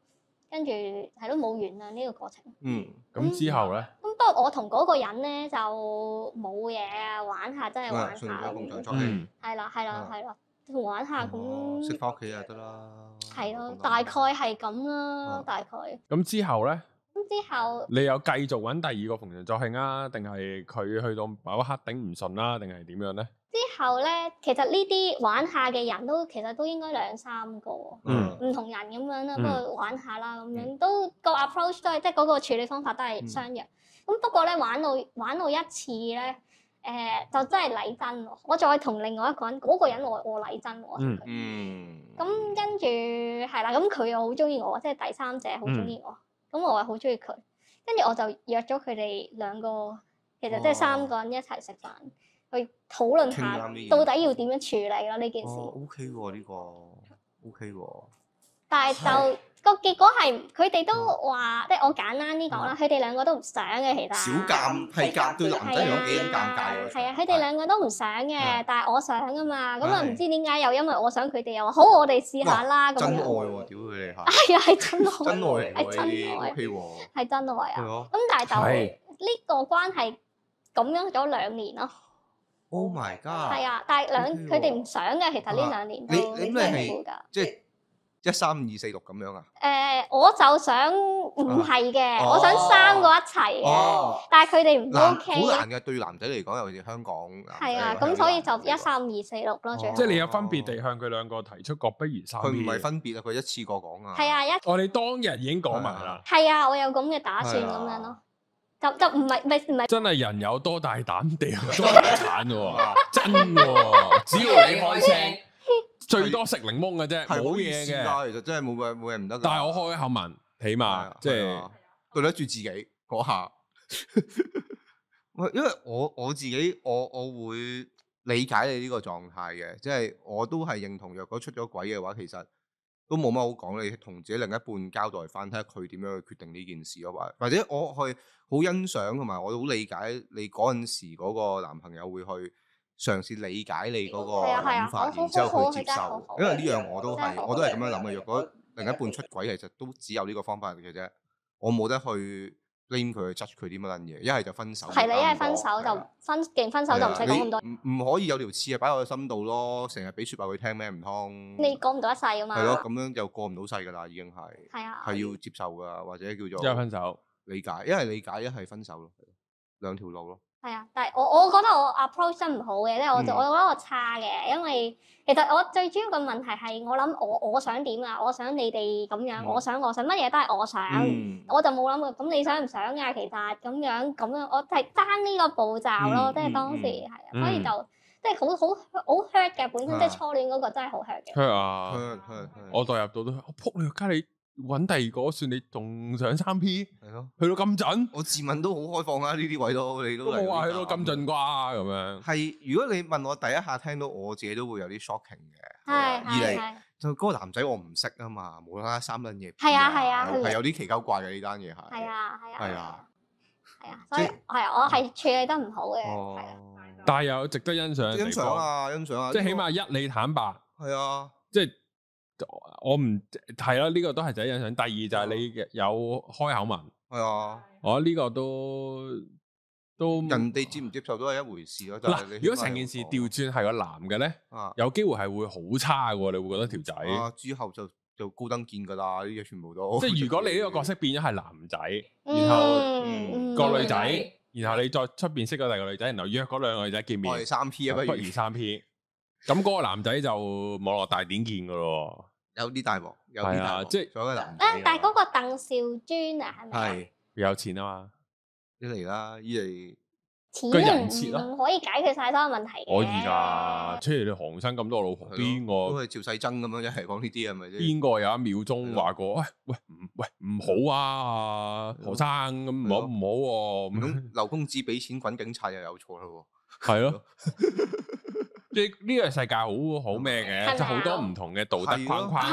跟住係咯，冇完啦呢個過程。
嗯
咁之後咧，
咁不過我同嗰個人咧就冇嘢啊，玩下真係
啊
玩嗯
順
下
手共
咁
場
樣。
作戲，
嗯
係啦，係啦
啊，
係啦，玩下
哦識
啊咁。
翻屋企就得啦，
係咯
咁，樣
大概係咁啦
啊，
大概。
咁之後咧，
咁之後
你有繼續揾第二個逢人作興啊？定係佢去到某一刻頂唔順啦？定係點樣咧？
之後咧，其實呢啲玩下嘅人都其實都應該兩三個，唔
嗯
同人咁樣啦，
嗯
不過玩下啦咁樣，都個 approach 都係即係嗰個處理方法都係
嗯
相若。咁不過咧，玩到玩到一次咧，誒、就真係禮真喎！我再同另外一個人，嗰、個人我我禮真喎。
嗯
嗯
咁跟住係啦，咁佢又好中意我，即係第三者好中意我，
嗯
咁、我又好中意佢，跟住我就約咗佢哋兩個，其實即係三個人一齊食飯，去討論
傾
下
啱呢件
到底要點樣處理咯呢件事。
哦 OK 喎呢個 OK 喎，
但係就個結果係佢哋都
嗯
話，即係我簡單啲講啦，佢哋兩個都唔想嘅其實。
小
啊
尷係尷對男仔嚟講幾咁尷尬喎，
係啊，佢哋兩個都唔想嘅
係，嗯
但係我想啊嘛，咁啊
係
唔知點解又因為我想佢哋又話好，我哋試下啦咁
真愛
樣。
喎，屌佢哋 嚇，
係啊，係真愛，
真愛嚟喎呢
係
啲嗯
真愛，
OK 喎，
係真愛
係
啊！
咯
咁但
係
係就呢個關係咁樣咗兩年咯，
，Oh my god，
係啊，但係兩
OK 喎
佢哋唔想嘅，其實呢兩年
嗯
都
啊你你
辛
咩係
苦㗎。
即係一三二四六咁樣啊？
誒，呃我就想唔係嘅，
哦
我想三個一齊嘅，
哦，
但係佢哋啊唔
難
OK，啊
好難嘅，對男仔嚟講，尤其是香港男仔嚟講。
係啊，
有
咁
啲
所以
難
就
嘅
一三二四六咯，最
哦
後
即係你有分別地向佢兩個提出過，不如三
佢唔
邊
係分別啊，佢一次過講啊。
係，啊一
我哋當日已經講埋啦，
係啊，我有咁嘅打算
係啊
咁樣咯，就就唔係唔係唔係
真係人有多大膽，地有多大產喎，真 喎！只要你開聲，最多食檸檬嘅啫，
係
冇
好
嘢
嘢
嘅。
嘅。其實真係冇嘢冇嘢唔得㗎。
但係我開口問，起
係
碼
啊
即
係
係
啊對得住自己嗰下。喂，因為我我自己我我會理解你呢個狀態嘅，即係我都係認同，若果出咗軌嘅話，其實都冇乜好講。你同自己另一半交代翻，睇下佢點樣去決定呢件事咯，或或者我去好欣賞同埋我好理解你嗰陣時嗰個男朋友會去嘗試理解你嗰個
係啊係啊
諗法，
好好
然之後
好
去接
佢真係好
受
好。
因為呢樣我都
真係
係
好
我都係咁樣諗嘅。若果另一半出軌，其實都只有呢個方法嘅啫。我冇得去 blame 佢，去 judge 佢啲乜撚嘢，一係就分手。
係啦，一係分手
啊係
就
啦
分勁分手就唔使
係啦啊
講咁多，
你唔唔可以有條刺啊擺喺我心度咯，成日俾説話佢聽咩唔通？
你講唔到一世㗎嘛。
係咯，咁樣就過唔到世㗎啦，已經係
係啊，
係要接受㗎，或者叫
一係
做
分手。
理解，一係理解，一係分手咯，係咯兩條路咯。
係啊，但係我我覺得我 approach 得唔好嘅，即係我就
嗯
我覺得我差嘅，因為其實我最主要嘅問題係我諗我我想點啊，我想你哋咁樣，
嗯
我想我想乜嘢都係我想，
嗯，
我就冇諗過咁你想唔想啊？其實咁樣咁樣，我係爭呢個步驟咯，
嗯
即係
嗯
當
嗯
時係啊，
嗯
所以就即係好好好 hurt 嘅，本身即
啊
係初戀嗰個真係好 hurt 嘅，
佢啊，
係係係
我代入到都，我撲你個街，你揾第二個算你仲想三 P，去
係咯，
到咁盡
我自問都好開放啊，呢啲位都你都
都
嚟
冇話去到
啲
咁
膽
盡啩咁樣。
係，啊如果你問我第一下聽到我自己都會有啲 shocking 嘅。
係
二
係
嚟
係
就嗰個男仔我唔識啊嘛，無啦啦三撚嘢。
係啊係啊
係有啲奇鳩怪嘅呢單嘢係。
係。啊係啊
係啊。
係啊，所以
即
係啊我係處理得唔好嘅，係啊。
哦。
但係又值得欣賞嘅
欣
地
賞
方，
啊，欣賞啊，
即係起碼一你坦白。
係啊，
即系我唔係啦，呢、個都係第一印象。第二就係
啊
你嘅有開口文，
係啊，
我呢、個都都
人哋接唔接受都係一回事咯。但係
嗱。
你
嗯如果成件事調轉係個男嘅咧，
啊
有機會係會好差嘅喎，你會覺得條仔。
啊之後就就高登見㗎啦，呢啲嘢全部都
即係如果你 呢個角色變咗係男仔，然後
嗯
個女
嗯
仔，然後你再出邊識咗第二個女仔，然後約嗰兩個女仔見面
我哋，三 P 啊，不
不
如
如三 P。咁嗰個男仔就網絡大典見噶咯
有啲大鑊，有
係
啲
啊
大鑊，
即係
仲有一個男仔
啊
啊，
但係嗰個鄧兆尊啊，係咪啊？
係
有錢啊嘛，
一嚟啦，二嚟
錢
個人設咯
唔可以解決晒所有問題嘅。
可以㗎。出嚟啊你韓生咁多老婆，
哦係咯
邊
都
個
係趙世爭咁樣，一係講呢啲係咪先？
邊個有一秒鐘
係咯
話過喂喂唔喂唔好啊，
係
何
咯
生咁唔好
係咯嗯
唔好
唔
喎咁
通劉公子俾錢滾警察又有錯咯
係咯。 即係呢個世界好好咩
係咪
嘅，
啊
即係好多唔同嘅道德
係
框
咯
框，
係
好
係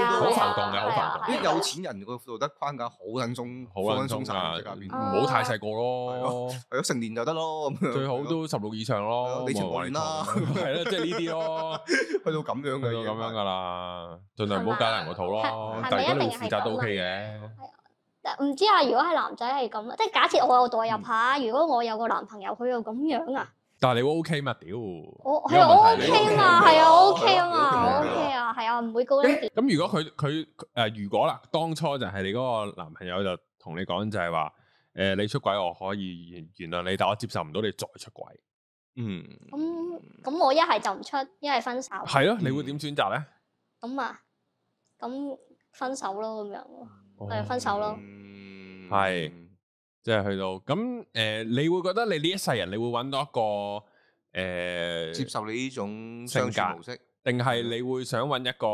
啊
好浮
係啊
動嘅，
係
好
啊
浮動
喎？
係
啲。有錢人個道德框架好撚鬆，
好撚
鬆
鬆啊！
晒，即刻變。
唔好太細個
係
咯，
係咯，成年就得咯，咁 樣
最好都十六以上咯，冇
你全
人
部
話
亂
你
啦
錯 係咯，即係呢啲 咯，
去到咁樣啊
去
嘅
到
嘢，
咁樣噶啦，盡量唔好
係
搞
嘛
人個肚咯
係，
但係
係
如
咪
果你
一定
負
係
責都
咁啊
OK 嘅，
唔知啊，如果係男仔係咁啊，即係假設我有代入下，如果我有個男朋友，佢又咁樣啊，
但係你會 OK 嘛？屌，
我係
有
啊我
問題哦你
OK 啊嘛，
你
係啊我
OK
，OK 啊嘛，我
啊
OK 啊，係啊，唔會高一點。
咁如果佢佢誒，如果啦，當初就係你嗰個男朋友就同你講就係話，誒你出軌我可以原原諒你，但我接受唔到你再出軌，
嗯，
咁咁我一係就唔出，一係分手。
係
嗯
咯，你會點選擇咧？
咁啊，咁分手咯，咁樣咯。啊
哦
分手咯
嗯
係即係去到咁诶、呃你會覺得你呢一世人，你會揾到一個诶，
接受你呢種相處
性格
模式，
定係啊你會想揾一個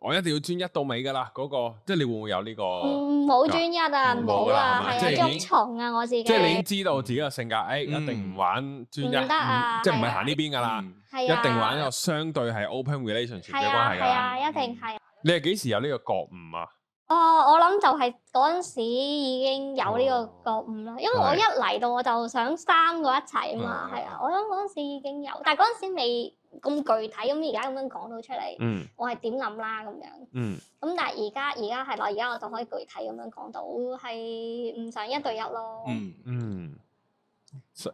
我一定要專一到尾噶啦？嗰、個即係你會唔會有呢、個？
唔好專一啊，唔好
哦嗯冇啦
啊，
係咪
係
即係
啊，
已經
捉蟲啊，我自己。
即係你已嗯經知道自己嘅性格，诶、一定唔玩專一，
唔得
唔
啊
嗯即係唔係
係啊
行呢邊噶啦，
嗯
係啊
一定玩一個相對係 open relationship 嘅
係啊，
關係噶
係啊，
啦。
一定係。
你係幾時有呢個覺悟啊？
哦，我諗就係嗰陣時已經有呢
哦
個覺悟啦，因為我
係
一嚟到我就想三個一齊啊嘛，
嗯
係啊，我諗嗰陣時已經有，但係嗰陣時未咁具體，咁而家咁樣講到出嚟，
嗯
我係點諗啦咁樣。
嗯，
咁但係而家而家係啦，而家我就可以具體咁樣講到，係唔想一對一咯。
嗯
嗯，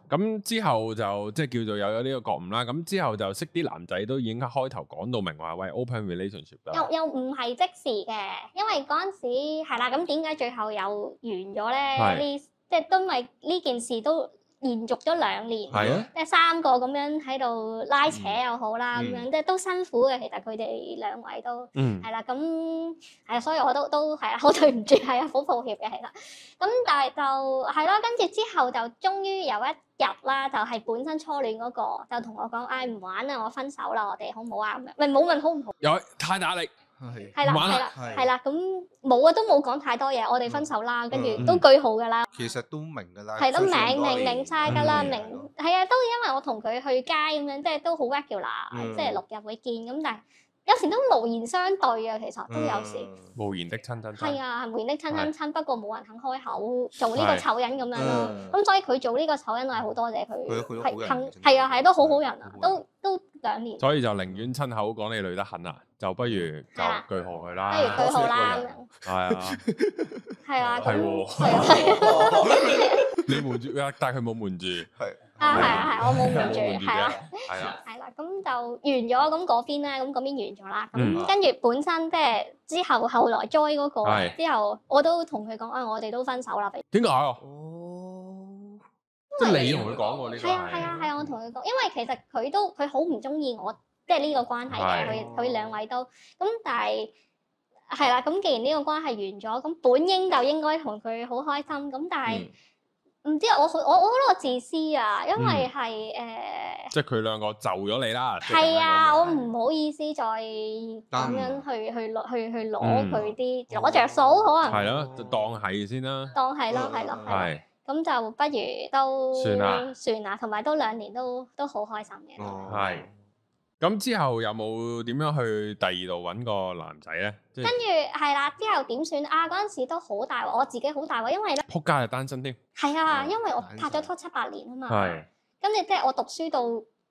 咁之後就即係叫做有咗呢個覺悟啦。咁之後就識啲男仔都已經開頭講到明話，喂 open relationship 㗎啦
又。又唔係即時嘅，因為嗰陣時係啦，咁點解最後又完咗咧？
係
呢即係因為呢件事都延續咗兩年，
係啊，
即係三個咁樣喺度拉扯又好啦，咁、
嗯
樣即係都辛苦嘅。其實佢哋兩位都。
嗯
係啦，咁係啊，所以我都都係啊， 好對唔住，係啊，好抱歉嘅，其實。咁但係就係咯，跟住之後就終於有一日啦，就係、本身初戀嗰、個就同我講，唉、唔玩啦，我分手啦，我哋好唔好啊？咁樣，咪冇問好唔好，
有太大壓力，
係
係啦，
唔玩啦
係啦，
啊係
係啦，咁冇啊，都冇講太多嘢，我哋分手啦，跟住
嗯
都句號㗎啦，
其實都明㗎啦，
係
相處咁
咯，明
啊多
明
年
明晒㗎啦，
嗯
明
係咯
係啊，都因為我同佢去街咁樣，即係都好 regular，
嗯
即係六日會見咁，但係有時都無言相對啊，其實都有時。
嗯
無言的親親
係
親。
啊，係梅的親親親，不過冇人肯開口做呢個
係
醜人咁樣咯。
嗯
咁所以佢做呢個醜人，我係好多謝
佢佢
佢，
都好
係
人
肯
嚟
係啊，係都好好人啊
真，係
都都兩年，不
所以就寧願親口講你累得很啦，就不如就句
係啦
號佢
如
啦。
佢好啦
多謝一
咁
個
樣，
係 啊，
係啊，
係
咁
喎
係啊係啊
你瞞住，啊但係佢冇瞞住，
係
啊係啊係，我冇瞞
冇瞞
住
住
係
嘅
啦。，
係啊，
係啦，咁就完咗，咁嗰邊咧，咁嗰邊完咗啦，
嗯
咁跟住本身即係之後後來 join 嗰個啊
係
之後，我都同佢講啊，我哋都分手啦，不如
點解啊？
哦，
即係你同佢講喎呢個
係啊係啊係啊，我同佢講，因為其實佢都佢好唔中意我，即係呢個關係
係
嘅，佢佢兩位都咁，但係係啦，咁既然呢個關係完咗，咁本應就應該同佢好開心，咁
嗯
但係唔知啊我好我我覺得我自私啊，因為係誒
即係佢兩個就咗你啦。嗯即係咁樣
係啊，
講
我
嘅
唔好意思再咁樣去去攞去去攞
嗯
佢啲攞着數，可能
係咯，就當係先啦。
當係咯係咯係啊咯。
係
咁就不如都
算啦
算啦，同埋都兩年都都好開心嘅。
哦
係咁之後有冇點樣去第二度揾個男仔咧？即係
跟住係啦，之後點算啊？嗰陣時都好大鑊，我自己好大鑊，因為咧
撲街係單身添。
係啊，
嗯
因為我
難
拍咗
受
拖七八年啊嘛，跟住即係我讀書到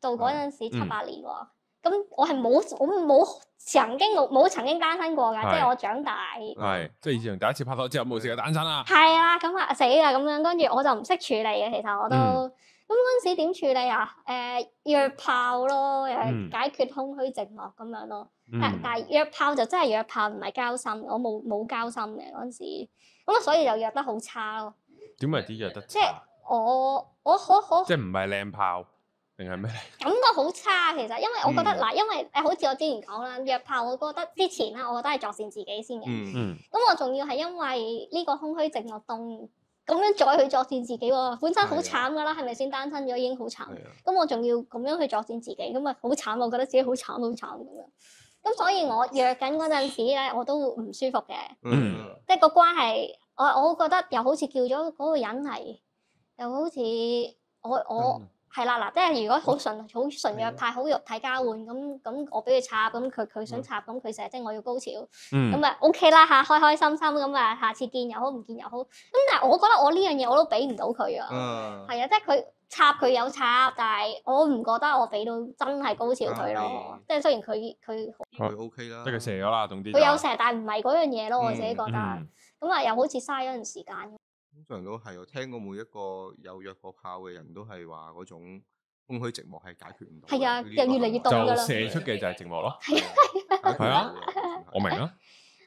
到嗰陣時七八年喎，咁我係冇我冇曾經冇冇曾經單身過㗎，即
係
係我長大
係，即係以前第一次拍拖之後冇試過單身啦。
係啦，咁啊死啦咁樣，跟住我就唔識處理嘅，其實我都
嗯
咁嗰陣時點處理啊？誒約炮咯，又
嗯
係解決空虛寂寞咁樣咯。但
嗯
但係約炮就真係約炮，唔係交心。我冇冇交心嘅嗰陣時，咁啊所以就約得好差咯。
點為之約得
即係
差？
我我可可
即係唔係靚炮？定係咩呢？
感覺好差其實，因為我覺得
嗯
嗱、因為誒好似我之前講啦，約炮我覺得之前啦，我覺得係作善自己先嘅。咁、
嗯
嗯，
我仲要係因為呢個空虛寂寞凍，咁樣再去作善自己喎，本身好
係啊
慘噶啦，係咪先單身咗已經好慘？
係啊，
咁我仲要咁樣去作戰自己，咁啊好慘，我覺得自己好慘好慘咁樣。咁所以我約緊嗰陣時咧，我都唔舒服嘅，
嗯
即係個關係，我我覺得又好似叫咗嗰個人嚟，又好似我我
嗯哦啊
係啦嗱，即係如果好純好純約派，好肉體交換咁咁，我俾佢插，咁佢佢
嗯
想插，咁佢成日即係我要高潮，
嗯
咁啊 OK 啦嚇，開開心心咁啊，下次見又好唔見又好，咁但係我覺得我呢樣嘢我都俾唔到佢啊。
嗯
係啊，即係佢插佢有插，但係我唔覺得我俾到真係高潮佢
啊
咯。即係雖然佢佢
佢 OK 啦，
即係佢射咗啦，總之就
佢有射，但係唔係嗰樣嘢咯。我自己覺得
嗯
咁啊，又好似嘥咗人時間。
通常都係我聽過每一個有約過炮嘅人都係話嗰種空虛寂寞係解決唔到嘅。
係啊
呢
又越嚟越
個
凍㗎啦
就射出嘅就係寂寞咯。
係啊
係啊，我明啊，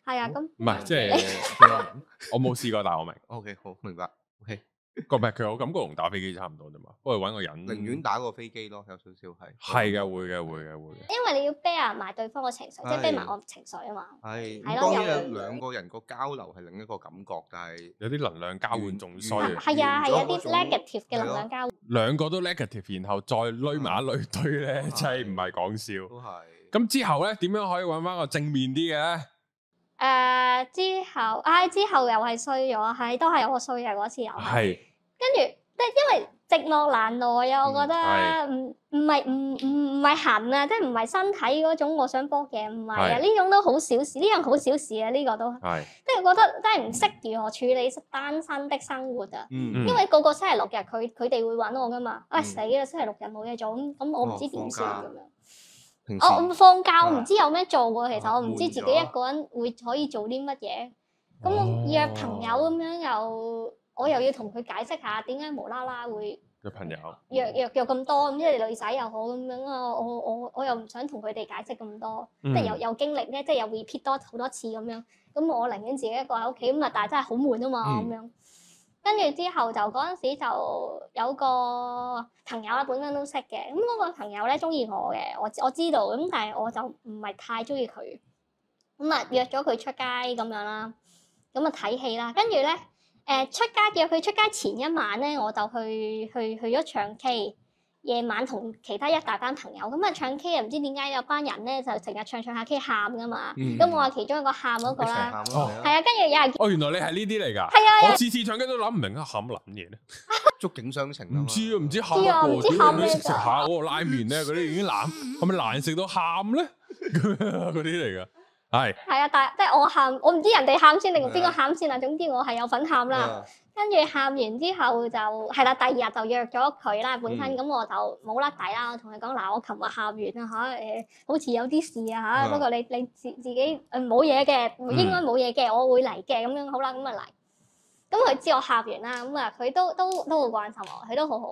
係啊，咁
唔係即 係
係。
我冇試過，但係我明。
OK，好明白。OK，
個唔係佢，我感覺同打飛機差唔多啫嘛。不過揾個人，
寧願打個飛機咯，有少少係。
係嘅，會嘅，會嘅，會嘅。
因為你要 bear 埋對方嘅情緒，即係 bear 埋
係
我情緒啊嘛。
係，
係
咁
咯
當然
又
有兩個人個交流係另一個感覺，但係
有啲能量交換仲衰
係
啊，
係啊，係有
完咗
啲
嗰種
negative 嘅
係
能
咯
量交換。
兩個都 negative，然後再攏埋一堆堆咧，
嗯
真係唔係講笑。
都係。
咁之後咧，點樣可以揾翻個正面啲嘅咧？
誒之後，唉之後又係衰咗，係都係我衰嘅嗰次又係。
係
跟住即係因為寂寞難耐
嗯
啊，我覺得
係
唔唔係唔唔唔係痕啊，即係唔係身體嗰種我想搏嘅，唔係啊，
係
呢種都好小事，呢樣好小事啊，呢、個都
係，
即係覺得真係唔識如何處理單身的生活啊。
嗯
Ừ,
因為個個星期六日佢佢哋會揾我噶嘛，啊、
嗯哦
死啦！星期六日冇嘢做，咁咁我唔知點算咁樣。
平時
我我放假我
啊
唔知有咩做喎，其實
啊
我唔知
悶
自己
咗
一個人會可以做啲乜嘢。咁
哦
我約朋友咁樣又，我又要同佢解釋下點解無啦啦會
嘅朋友，
約約約咁多，咁即係女仔又好咁樣啊！我我我又唔想同佢哋解釋咁多，
嗯
即係又又經歷咧，即係又 repeat 多好多次咁樣。咁我寧願自己一個喺屋企，咁啊但係真係好悶啊嘛咁
嗯
樣。跟住之後就嗰陣時就有個朋友啦，本身都識嘅。咁嗰個朋友咧中意我嘅，我知我知道咁，但係我就唔係太中意佢。咁啊約咗佢出街咁樣啦，咁啊睇戲啦，跟住咧。誒、出街約佢出街前一晚咧，我就去去去咗唱 K，夜晚同其他一大班朋友咁啊唱 K 又唔知點解有班人咧就成日唱唱下 K 喊噶嘛，
嗯
咁、我係其中一個喊嗰個
一齊
啦，
喊咯
哦
係，啊，跟住有人
哦，原來你係呢啲嚟㗎。
係啊
我次次唱歌都諗唔明啊，喊乜撚嘢咧？
觸景傷情啊嘛
唔知啊，唔知喊
知啊唔
乜
知
個，
喊
點
咩
解食食
㗎
下嗰個拉麵咧？嗰啲已經難，係咪難食到喊咧？咁樣 嗰啲嚟㗎，係
係啊，但係即係我喊，我唔知人哋喊先定
係啊
邊個喊先啊，總之我係有份喊啦。
啊
跟住喊完之後就係啦，第二日就約咗佢啦。本身咁我就冇甩底啦，我同佢講嗱，我琴日喊完啦嚇，誒、好似有啲事啊嚇，
嗯
不過你你自自己呃冇嘢嘅，應該冇嘢嘅，我會嚟嘅咁樣，好啦，咁啊嚟。咁佢知我喊完啦，咁啊佢都都都好關心我，佢都好好。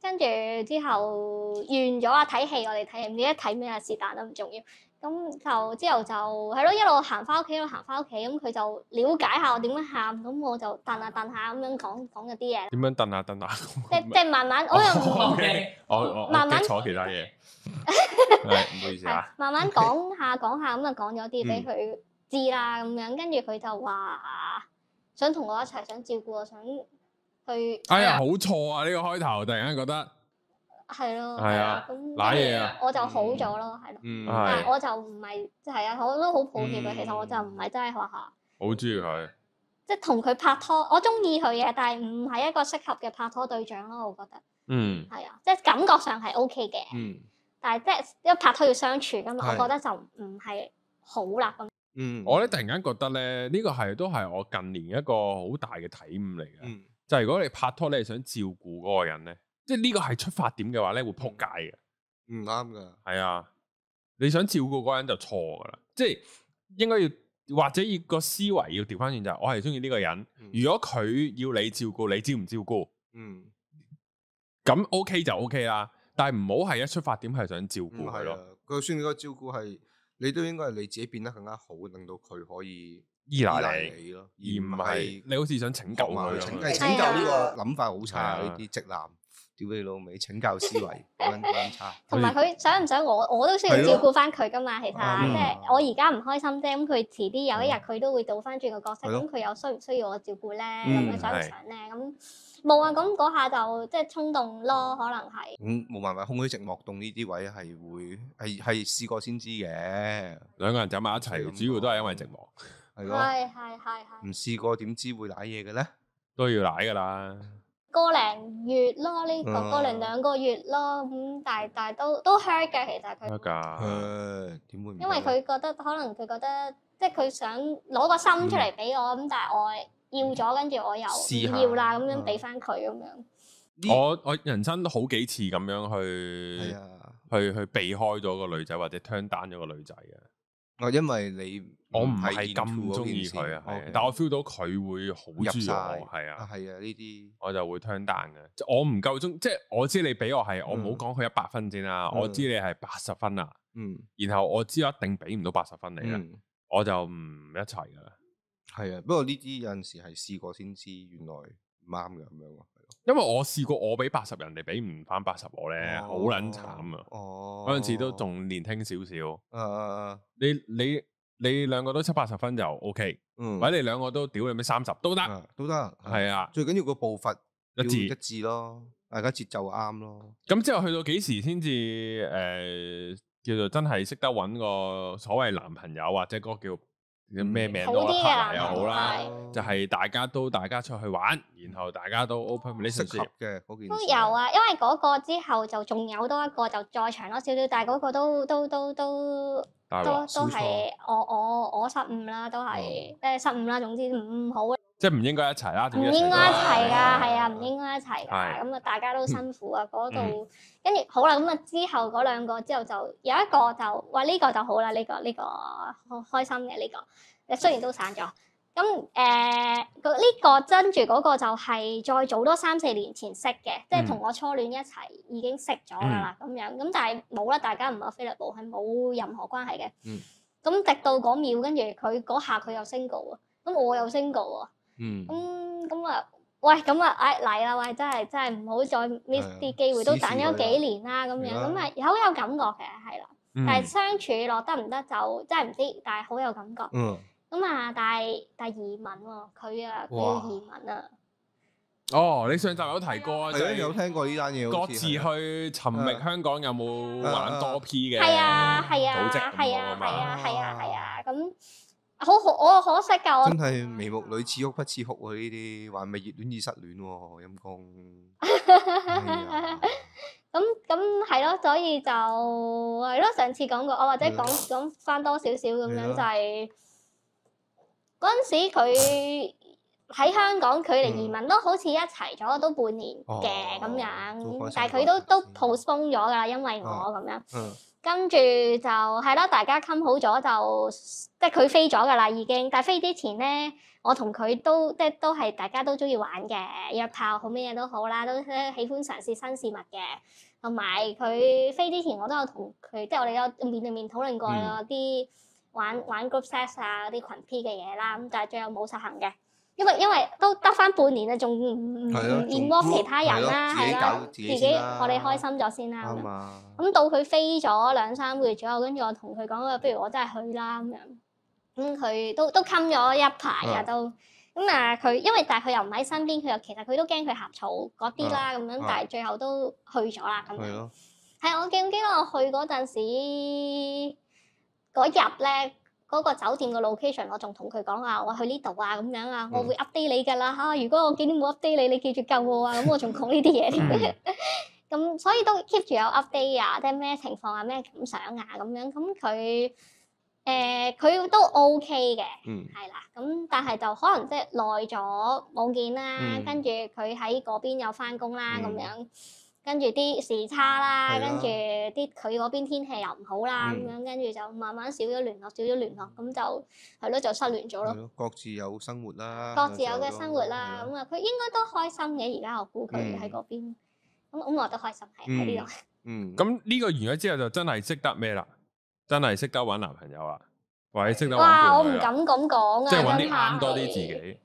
跟住之後完咗啊，睇戲我哋睇戲，唔記得睇咩啊，是但啦，唔重要。咁就之後就係咯，一路行翻屋企，一路行翻屋企，咁佢就了解下我點樣喊，咁我就蹬下蹬下咁樣講講嗰啲嘢，
點樣蹬啊下蹬下？
即即係慢慢我又唔
哦 OK，我我我
慢慢
get 錯其他嘢， 係唔好意思
係
啊。嗯
慢慢講下講下咁啊講咗啲俾佢知啦，咁樣跟住佢就話想同我一齊，想照顧我，想去
哎呀，好錯啊！呢個開頭突然間覺得
係咯，
係啊，
咁跟住
瀨嘢啊，
我就好咗咯，係咯。
嗯
係嗯
但係我就唔係，係啊，我都好抱歉嘅。其實我就唔係真係學下，
好中意佢。
即係同佢拍拖，我中意佢嘅，但係唔係一個適合嘅拍拖對象咯。我覺得
嗯，
係啊，即係感覺上係 O K 嘅，
嗯
但係即係因為拍拖要相處咁，
係
我覺得就唔係好啦咁。
嗯
我咧突然間覺得咧，呢個係都係我近年一個好大嘅體悟嚟嘅，
嗯
就係如果你拍拖，你係想照顧嗰個人咧，即係呢個係出發點嘅話咧，會撲街嘅。
唔啱㗎，
係啊，你想照顧嗰個人就錯噶啦，即係應該要或者要個思維要調翻轉就係，我係中意呢個人，
嗯
如果佢要你照顧，你照唔照顧？
嗯
咁 OK 就 OK 啦，但係唔好係一出發點係想照
唔
顧佢
係
咯，
啊，就算你個照顧係，你都應該係你自己變得更加好，令到佢可以
依
依
賴
你咯，而
你，而唔
唔
係
係
你好似想拯救
學埋
佢
去
咁
拯
樣。
拯救呢個諗法好差
係
啊！
啊
呢啲直男屌你老味，請教思維好撚好撚差。
同埋佢想唔想我，我都需要
係咯嗯
照顧翻佢噶嘛。其實
啱
即係我而家唔開心啫，咁佢遲啲有一日佢都會倒翻轉個角色，
嗯係咯
咁佢又需唔需要我照顧咧？
嗯
咁樣想唔
係
想咧？咁冇啊，咁嗰下就即係衝動咯，可能係。
咁嗯冇辦法，空虛寂寞凍呢啲位係會係係試過先知嘅，
兩個人走埋一齊，
咁
主要都係因為寂寞，
係咯。
係係係係
唔。試過點知會賴嘢嘅咧？
都要奶噶啦。
個零月咯，呢、個
嗯
個零兩個月咯，咁但係但係都都 hurt 嘅，其實
得
佢，
啊
噶，
誒點會唔得呢？
因為佢覺得可能佢覺得即係佢想攞個心出嚟俾我，咁但係我要咗，跟住我又
試
唔
下
要啦，咁樣
嗯
俾翻佢咁樣，
呢
我我人生都好幾次咁樣
係
去
啊，
去去避開咗個女仔或者 turn down 咗個女仔嘅。
我哦因為你
我唔係
係
咁
into
中
嗰件
意
事
佢啊，係
OK
但我 feel 到佢會好中意我，
入晒
係啊
啊，係啊，呢啲
我就會 turn down 嘅。即我唔夠中，即係我知你俾我係，我唔好
嗯
講佢一百分先啦，
嗯
我知你係八十分啦，
嗯
然後我知我一定俾唔到八十分你啦，
嗯
我就唔一齊噶啦。
係啊，不過呢啲有陣時係試過先知原來唔啱嘅咁樣喎。係咯
因為我試過我俾八十人哋俾唔翻八十我咧，好撚慘啊！！
哦，
嗰陣時都仲年輕少少，
啊啊啊
你你你兩個都七八十分就 OK，
嗯
或者你兩個都屌你咩三十都得，
啊都得
係啊，
最緊要個步伐
一
要
致
一。致咯，大家節奏啱咯。
咁之後去到幾時先至诶叫做真係識得揾個所謂男朋友或者嗰個叫
嗯
咩名都
好啲嘅
partner
男
又
朋友
好啦，
係
就係大家都大家出去玩，然後大家都 open
適
relationship
合。嘅嗰件
都
事
有，啊，因為嗰個之後就仲有多一個就再長咗少少，但係嗰個都都都都
大
都
鑊，
都
少
係我我我失誤啦，都
嗯
係誒失誤啦，總之唔好
即係唔應該一齊啦，點
唔
解
應該一齊㗎，
啊
係啊，唔應該一齊㗎。
係
咁啊，大家都辛苦啊，嗰
嗯
度跟住好啦，咁啊之後嗰兩個之後就有一個就哇呢個就好啦，呢個呢個好開心嘅呢個，雖然都散咗。咁誒，呃個呢個跟住嗰個就係再早多三四年前識嘅，即係同我初戀一齊已經識咗㗎啦，咁樣咁但係冇啦，大家唔係 f i l i 係冇任何關係嘅。
嗯
咁直到嗰秒，跟住佢嗰下佢又 single 啊，咁我又 single 喎。
嗯，
咁咁啊，喂，咁啊，唉嚟啦，喂，真係真係唔好再 miss
係啊
啲機會，都
試
等
試佢
咗
啦
幾年啦，咁樣
係啦
咁啊，好有感覺嘅，係啦。
嗯
但係相處落得唔得就真係唔知，但係好有感覺。
嗯，
咁啊，但係但係移民喎，佢啊，佢
哇
要移民啊，
哦，你上集有提過啊，
係
就
啊，
係
有聽過呢單嘢好
各
似
自去
係啊，
尋覓香港有冇玩多 P 嘅
係啊，係啊，
組織咁
係
樣
啊，
啊
係
嘛？
啊，係啊，係啊，咁好可我可惜㗎，我
真係眉目女似哭不似哭喎呢啲，話咪熱戀易失戀喎，陰公。哎呀
咁咁係咯，所以就係咯，上次講過，我或者講講翻多少少咁
啊係啊咯
樣就係嗰陣時佢喺香港距離移民都好似一齊咗都半年
嗯哦
嘅咁
都
樣
開心，
但係佢
過
都都
先
postpone 咗㗎啦，因為我
啊
咁樣，
嗯
跟住就係啦，大家 come 好咗就即係佢飛咗㗎啦已經，但係飛之前咧。我同佢都即係都係大家都中意玩嘅，約炮好咩嘢都好啦，都喜歡嘗試新事物嘅。同埋佢飛之前，我都有同佢，即係我哋有面對面討論過
嗯
有啲玩玩 group sex 啊嗰啲群 P 嘅嘢啦，咁但係最後冇實行嘅，因為因為都得翻半年啦，仲唔唔唔
係啊咯仲
involve 其他人啦，
係咯
係啦，
自己搞自己先啦
我哋開心咗先啦。咁樣
啱啊，
咁到佢飛咗兩三個月左右，跟住我同佢講話，不如我真係去啦咁樣。咁佢都都冚咗一排啊，
啊
都咁啊佢，因為但係佢又唔喺身邊，佢又其實佢都驚佢鹹草嗰啲啦，咁樣
啊，
但係最後都去咗啦咁
係
樣。
咯，
係我記唔記得我去嗰陣時嗰日咧，嗰、個酒店嘅 location，我仲同佢講啊，我去呢度啊咁樣
嗯
啊，我會 update 你㗎啦嚇。如果我見到冇 update 你，你記住 救我啊！咁我仲講呢啲嘢添。
嗯
咁所以都 keep 住有 update 啊，即係咩情況啊，咩感想啊咁樣。咁佢誒佢都 OK 嘅。
嗯
係啦，咁但係就可能即係耐咗冇見啦，
嗯
跟住佢喺嗰邊又翻工啦咁
嗯
樣，跟住啲時差啦，
係啦
跟住啲佢嗰邊天氣又唔好啦咁
嗯
樣，跟住就慢慢少咗聯絡，少咗聯絡，咁就係咯，就失聯咗
係
咯。
咯，各自有生活啦，
各自有
時候
嘅
都
生活啦，
係
咁
咯
啊佢應該都開心嘅，而家我估佢
嗯
喺嗰邊，咁咁我都開心係啊喺呢度。
嗯，
咁呢個完咗之後就真係識得咩啦？真係識得揾啊男朋友啦，或者識得揾
哇！我
伴
啊
侶
唔
啦
敢咁講啊，
即係
真
揾
係啊
啲啱多啲自己。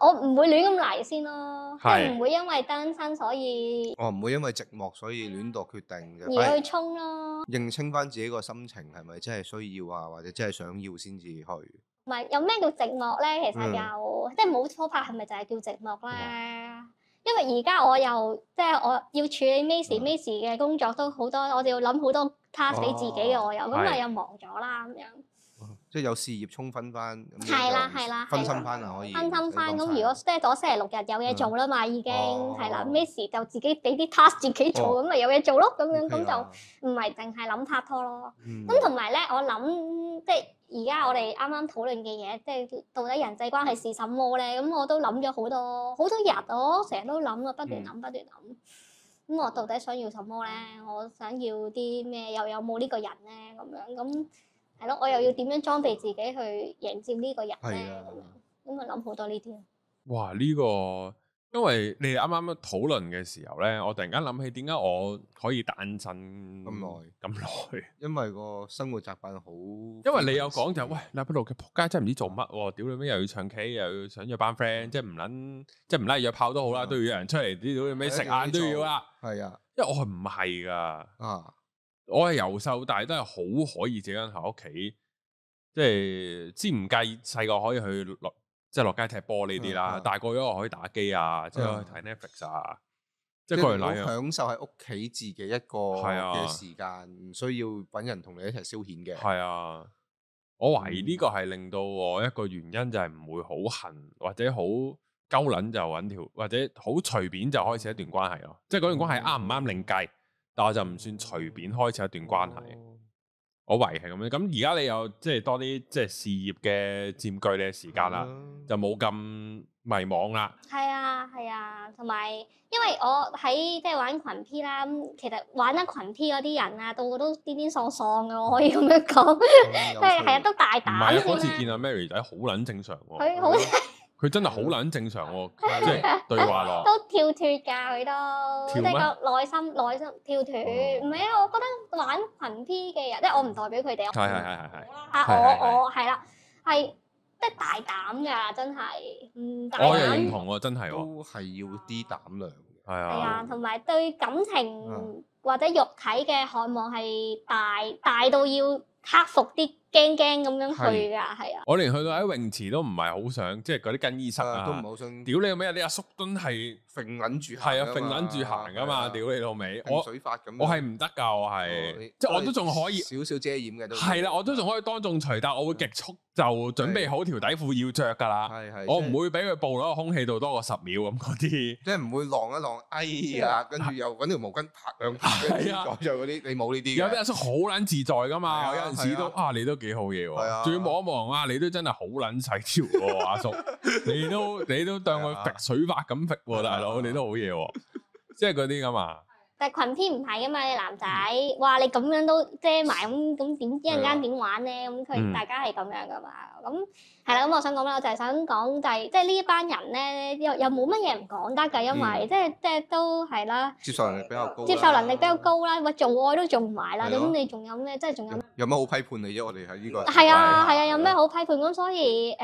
我唔會亂咁嚟先咯，即
係
係唔會因為單身所以
我唔會因為寂寞所以亂度決定嘅，反
而
而
去衝咯。
認清翻自己個心情係咪真係需要啊，或者真係想要先至去。
唔係有咩叫寂寞咧？其實
嗯
又、即係冇拖拍係咪就係叫寂寞咧？
嗯
因為而家我又即係我要處理 miss
嗯
miss 嘅工作都好多，我哋要諗好多 task 俾自己嘅，
哦
我又咁咪
係
又忙咗啦咁樣。
即係有事業充分翻，咁樣
係啦
就
係啦
分
係啦
心翻啊可以，
分心翻咁，
唔使講
如
晒
果 set 咗星期六日有嘢
嗯
做啦嘛，已經
哦
係啦，miss 就自己俾啲 task 自己做，
哦
咁咪有嘢做咯，咁
OK
樣
哦
咁
啦
就唔係淨係諗拍拖咯。
嗯
咁同埋咧，我諗即係而家我哋啱啱討論嘅嘢，即係到底人際關係是什麼咧？咁我都諗咗好多好多日，我成日都諗啊，不
嗯
斷諗，不斷諗。咁我到底想要什麼咧？我想要啲咩？又有冇呢個人咧？咁樣咁係咯，我又要點樣裝備自己去迎接呢個人
係
咧
啊？
咁樣咁啊諗好多呢啲咯。
哇！呢、個因為你哋啱啱討論嘅時候咧，我突然間諗起點解我可以單身
咁耐
咁耐。
因為個生活習慣好，
因
因
為你有講 就喂禮拜六嘅仆街真係唔知做乜喎，屌你咩又要唱 K 又要想約班 friend，即係唔撚即係唔拉約炮都好啦，
嗯
都要約人出嚟，屌你咩食晏都要啦。
係啊
因為我係唔係噶，
啊
我係由細到大都係好可以自己一個人喺屋企，即係之唔計細個可以去落即係落街踢波呢啲啦，
嗯嗯嗯
大個咗我可以打機啊，即係可以睇 Netflix 啊，即係各樣
好
那樣。
享受喺屋企自己一個
係啊
嘅時間，唔需要揾人同你一齊消遣嘅。
係啊，我懷疑呢個係令到我一個原因就係唔會好恨或者好鳩撚就揾條或者好隨便就開始一段關係咯。即係嗰段關係啱唔啱另計，但我就唔算隨便開始一段關係。我懷疑係咁樣。咁而家你有即係多啲即係事業嘅佔據你嘅時間啦，
係
就冇咁迷惘啦。
係啊，係啊，同埋因為我喺即係玩群 P 啦，咁其實玩得群 P 嗰啲人啊，到個都癲癲喪喪嘅，我可以咁樣講，即係係啊，都大
唔係啊，
膽
嗰次
先
見哦
啦。
阿 Mary 仔好撚正常喎，
佢好
佢真係好撚正常喎，即係對話 咯。
都跳脱㗎，佢都
跳
即
咩
係個內心內心跳脱。
哦
唔係啊，我覺得玩群 P 嘅人，即係我唔代表佢哋，
係係係係係。
啊
係係係
我我係啦，係即係大膽㗎，真係唔大
我又認
膽。
同喎，真係喎，
都係要啲膽量嘅。
係
係
啊，
啊，同埋對感情或者肉體嘅渴望係大大到要克服啲驚驚咁樣去㗎，係啊，
我連去到喺泳池都唔係好想，即係嗰啲更衣室
啊
啊，
都唔係好想
屌你老味啊！你阿叔蹲係
揈撚住行
係啊，
㗎
揈
嘛啊
撚住行噶嘛，屌你老味！
我
我
水法咁樣，
我係唔得噶，我
哦
係
你
即係我
係
都仲可以
少少遮掩嘅都嗯
係啦，我都仲可以當眾除，但我會極速就準備好條底褲要着噶啦，
啊係係，
啊我
即係
唔會俾佢暴露喺個空氣度多過十秒咁嗰啲。
即係唔會啊浪一浪，哎呀， 跟住又揾條毛巾拍兩拍，
係啊
跟住就嗰啲你冇呢啲
有啲
嘅，
阿叔好撚自在噶
係
嘛，
啊
有陣時都
係
啊，你都幾好嘢
係啊
喎，仲要望一望啊，你都真係好撚細條喎，阿 叔，你都你都當佢
係啊
揈水法咁揈
係啊
喎，大佬你都好嘢喎，即係嗰啲噶嘛，
但係群 P 唔係㗎嘛，你男仔，
嗯
哇你咁樣都遮埋咁咁點一
係
陣
啊
間點玩咧？咁
嗯
佢大家係咁樣㗎嘛，咁係啦，咁我想講啦，我就係想講就係即係呢班人咧，又又冇乜嘢唔講得㗎，因為即係即係都係啦，
接受能力比較嗯高啦，
接受能力比較高啦，喂做愛都做唔埋啦，
係咯
咁你仲有咩？即係仲有
有。有乜好批判你啫？我哋喺呢個
係啊，
係
係啊，有咩
嗯
好批判咁？所以誒、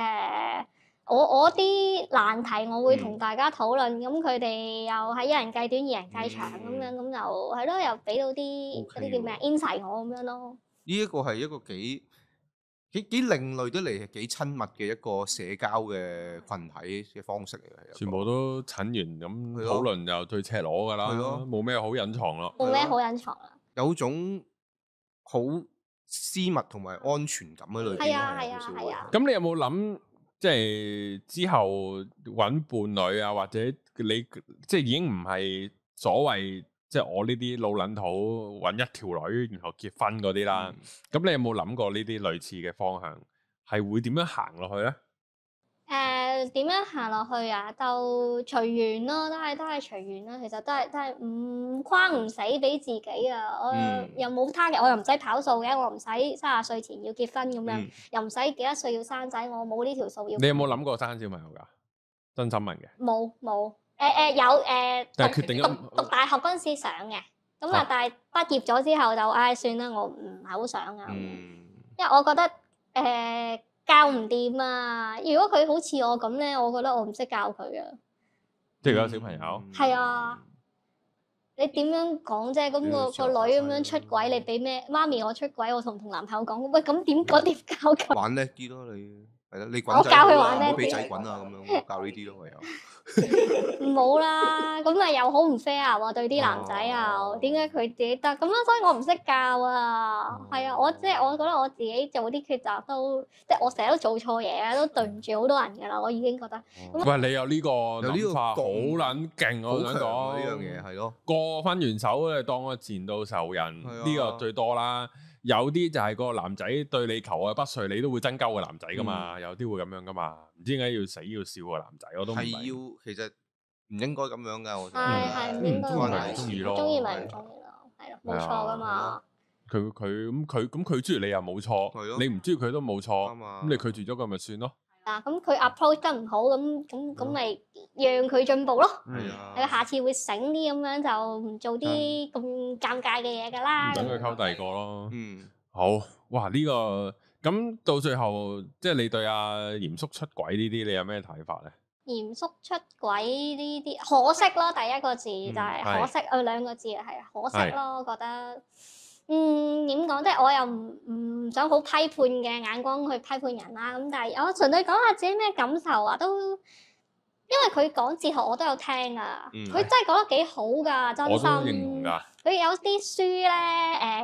我我啲難題我
嗯
會同大家討論，咁佢哋又係一人計短，二人計長咁
嗯
樣，咁就係咯，又俾到啲
OK
嗰啲叫咩啊
喎
insight 我咁樣咯。
呢一個係一個幾幾幾另類得嚟，幾親密嘅一個社交嘅群體嘅方式嚟嘅，
全部都診完咁
係
討
咯
論就最赤裸噶啦
係咯，
冇咩好隱藏咯，
冇咩
係咯
好隱藏啊？
有種好私密同埋安全感喺裏邊咯。
係啊
係有
係啊
少少
係啊
咁你有冇諗即係之後揾伴侶啊，或者你即係已經唔係所謂即係我呢啲老撚土揾一條女然後結婚嗰啲啦？
嗯
咁、你有冇諗過呢啲類似嘅方向係會點樣行落去呢？
誒點、樣行落去啊？就隨緣咯，都係都係隨緣啦。其實都係都係唔框唔死俾自己啊！我又
嗯
又冇 target，我又唔使跑數嘅，我唔使三十歲前要結婚咁樣，
嗯
又唔使幾多歲要生仔，我冇呢條數要
你。有冇諗過生小朋友噶？真心問嘅，
冇冇，誒誒有誒
但係
讀
決定咗
讀讀大學嗰陣時想嘅，咁
啊
啊但係畢業咗之後就唉算啦，我唔係好想啊，
嗯
因為我覺得誒教唔掂啊！如果佢好似我咁咧，我覺得我唔識教佢啊。
即係而
嗯
家小朋友，
係啊，你點樣講啫？咁
你
個
都
個
上下
女咁
世
樣出
咯
軌，你俾咩？媽咪我出軌，我同同男朋友講，喂咁點 我點教佢？
玩叻啲咯你。係啦，你滾
我
仔
教佢
好啊
玩叻
唔好俾
啲
仔滾啊咁樣，我教呢啲咯唯有。
唔好啦，咁咪又好唔 fair 喎，對啲男仔啊
哦，
點解佢自己得咁啊？所以我唔識教啊，係
嗯
啊，我即係我覺得我自己做啲抉擇都，即係我成日都做錯嘢啊，都對唔住好多人㗎啦，我已經覺得
喂，你有呢個諗法
啊有呢個
好
覺悟
撚勁，
好
我
強
想
啊
講
呢樣嘢係咯，
過分完手咧，當我賤到仇人，
係啊
呢個最多啦。有啲就係個男仔對你求愛不遂，你都會爭鳩個男仔噶
嗯
嘛，有啲會咁樣噶嘛，唔知點解要死要笑個男仔，我都唔
係
明
要其實唔應該咁樣㗎，我覺得
係係唔應該
嗯中意
咁
咪
樣
唔中意咯啊
中意咪唔中意咯，係咯，冇錯㗎嘛，
佢佢咁佢咁佢中意你又冇
係咯
錯，你唔中意佢都冇錯，
啱啊。
咁你拒絕咗佢咪算咯。
嗱咁佢 approach 得唔好，咁咁
嗯
咁咪讓佢進步咯。
係啊，
佢下次會醒啲咁樣，就唔做啲
嗯
咁尷尬嘅嘢㗎
啊
啦。
等
咁
佢溝第二個咯。
嗯
好，哇！呢、個咁到最後，即係你對阿嚴叔出軌呢啲，你有咩睇法咧？
嚴肅出軌呢啲，可惜咯，第一個字就係
嗯係
可惜，誒兩個字係可惜
係
咯，覺得。嗯，點講？即係我又唔唔想好批判嘅眼光去批判人啦。咁但係我哦純粹講下自己咩感受啊，都因為佢講哲學我都有聽啊，
嗯
佢真係講得幾好㗎，真
我都
心。
認同㗎，
佢有啲書咧，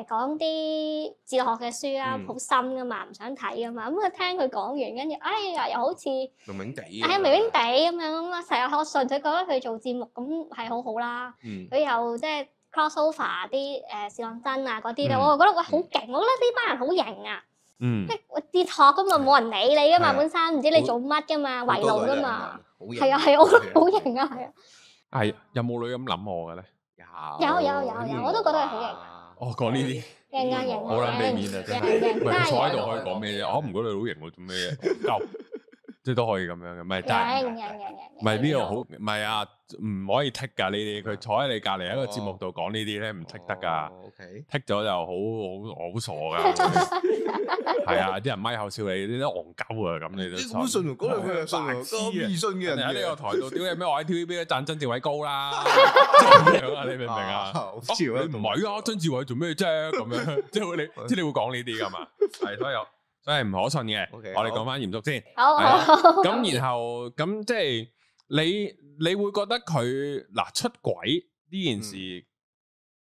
誒、講啲哲學嘅書啦
嗯，
好、深噶嘛，唔想睇噶嘛。咁佢聽佢講完，跟住哎呀，又好似係
明明地啊，
明明地咁樣咁啊，成日我純粹覺得佢做節目咁係好好啦。
嗯
佢又即係 crossover à, 啲誒視浪真啊嗰啲咧，
嗯
我又覺得喂好勁，我覺得呢班人好型啊！
嗯
即，係我哲學根本冇人理你噶
係
嘛，
啊
本身唔知你做乜噶嘛，
好
圍
多
路
女
噶
人
嘛，
好型
係啊係啊，我
係
覺得
啊
好型啊係啊。
係有冇女咁諗我嘅咧？
有有有有我都覺得佢好型
哦，講呢啲
型啊型啊，
好撚俾面啊，真係。
型
唔
型
係
真
佢
係
坐喺
型
度可以講咩啫？我啊唔覺得你好型喎，做咩嘢？夠，即係都可以咁樣嘅，唔係但係。
型型型型。
唔係呢度好，唔係啊，唔可以剔㗎呢啲。佢坐喺你隔離喺個節目度講呢啲咧，唔剔得㗎。
O K，
剔咗就好好好傻㗎。係啊，啲人咪口笑你，你都戇鳩啊，咁你都
你咁信喎，嗰兩個又信喎，咁
白痴啊
易信嘅人
人哋喺
嘅
呢個台度屌你咩？我喺 TVB 贊曾志偉高啦，咁樣啊，你明唔明啊？
好
哦
笑啊，
你唔係啊，曾志偉做咩啫？咁樣即係會你，即係你會講呢啲噶嘛？係，所以我所以唔可信嘅。
OK，
我哋
好
講翻嚴肅先。
好
係啊
好好。
咁然後咁即係你你會覺得佢嗱出軌呢件事，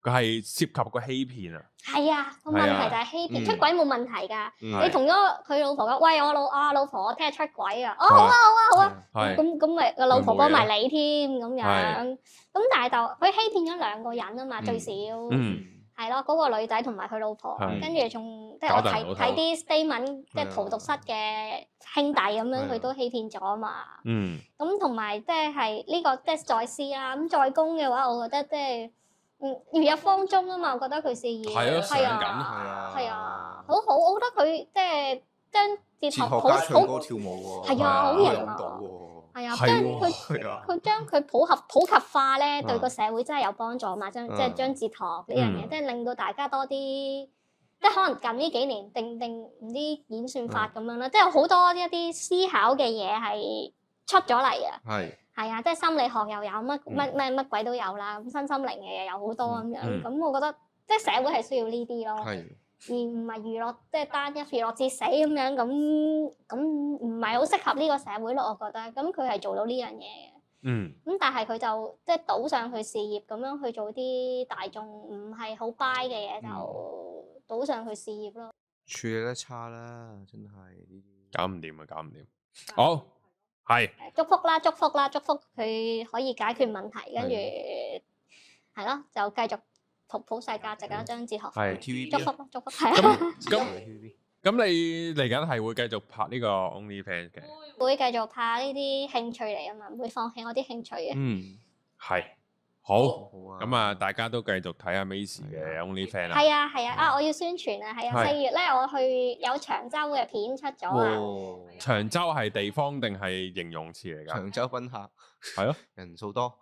佢係涉及個欺騙啊。
係啊，個
係
問
啊
題就係欺
嗯
騙，出軌冇問題㗎。你
係
同咗佢老婆講，喂，我老啊老婆，我聽日出軌啊。哦，
係
好啊，好啊，好啊。
係
咁咁咪個老
佢冇
婆
嘢
幫埋你添咁
係
樣。咁但係就佢欺騙咗兩個人啊嘛，
嗯
最少。
嗯
係咯，嗰個女仔同埋佢老婆
係，
跟住仲即係
搞
我
大老頭
睇睇啲 statement，即
係
係
啊
荼毒室嘅兄弟咁
係啊
樣，佢都欺騙咗啊嘛。
嗯
咁同埋即係呢個即係再私啦，咁再工嘅話，我覺得即係嗯如日方中啊嘛，我覺得佢事業
係啊上緊嗯
係啊
係啊，好好，我覺得佢即係將哲學
哲
好
學家唱歌
好
跳舞喎，
係
啊好
我
型
啊
諗到喎，
係啊，
係
將
喎
佢
係啊，
佢將佢普及普及化咧，
嗯
對個社會真係有幫助嘛，將即係
嗯
將哲學呢樣嘢，
嗯
即係令到大家多啲，即係可能近呢幾年定定唔知演算法
嗯
咁樣啦，即係有好多一啲思考嘅嘢係出咗嚟啊。
係
係啊，即係心理學又有乜
嗯
乜乜乜鬼都有啦，咁身心靈嘅嘢有好多咁
嗯
樣，咁我覺得即係社會係需要呢啲咯，
係
而唔係娛樂即係單一娛樂至死咁樣，咁咁唔係好適合呢個社會咯，我覺得，咁佢係做到呢樣嘢嘅，
嗯
咁但係佢就即係賭上佢事業咁樣去做啲大眾唔係好 buy 嘅嘢，就賭上佢事業咯。
處理得差啦，真係呢啲。
搞唔掂啊，搞唔掂。好係
祝福啦，祝福啦，祝福佢可以解決問題，跟住係咯，就繼續普普世價值啊啦，將哲學
係。
祝
TVB
福
啊
啦，祝福係啊，
咁咁
TVB
咁，你嚟緊係會繼續拍呢個 OnlyFans 嘅？
會繼續拍呢啲興趣嚟啊嘛，唔會放棄我啲興趣嘅。
嗯，
係好。
好啊，
咁啊，大家都繼續睇下 Macy 嘅 OnlyFans 啦。
係啊係啊，啊我要宣傳啊，係啊，
係
四月咧我去有長洲嘅片出咗啊，
哇，
長洲係地方定係形容詞嚟㗎？
啊長洲賓客
係咯，啊
人數多，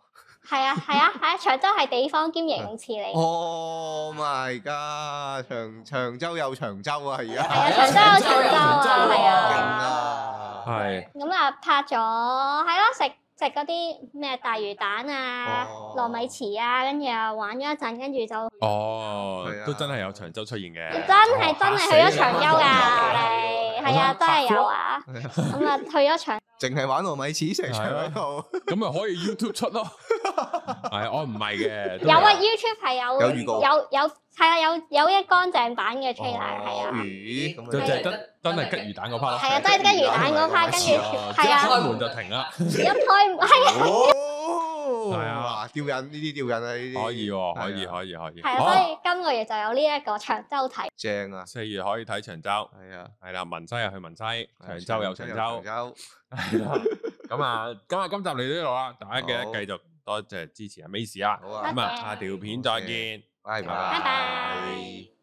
係啊係啊係啊，長洲係地方兼形容詞嚟嘅。
Oh my god！長長洲有長洲啊，而家
係啊，長洲有長洲啊，係
勁
啊。
啊！
係
咁啊，拍咗係咯，食食嗰啲咩大魚蛋啊、
哦
糯米糍啊，跟住又玩咗一陣，跟住就
哦
係，啊
都真係有長洲出現嘅，哦
真係
啊
真係去咗長洲㗎，
嚇死
我哋
你
係啊，真係有啊。咁啊，去咗長
淨係玩糯米糍成
啊
場喺度，
咁咪可以 YouTube 出 咯。係我唔係嘅，都
有啊，YouTube 係有
有預告
有有係啊，有有一乾淨版嘅 trailer 係
哦
啊。
咦咁
就
啊
就得真係吉魚蛋嗰 part 咯。
係啊，都係跟魚蛋嗰 part，跟
哦
住
即
係
係
啊，
開門就停啦，
一開係啊
哦，
係啊
嗱，吊引呢啲吊引啊，呢啲
可以喎，可以
係啊
可以可以。
係啊，
好
所以今個月就有呢一個長洲睇。
正啊，
四月可以睇長洲，
係啊，
係啦，文西又去文西，長洲有長洲。
洲，
係啦咁啊，咁啊，今集嚟到呢度啦，大家記得
好
繼續多謝支持阿 Mace 啊。
好啊，
咁
拜拜
啊，下條片再見。
拜拜，
拜拜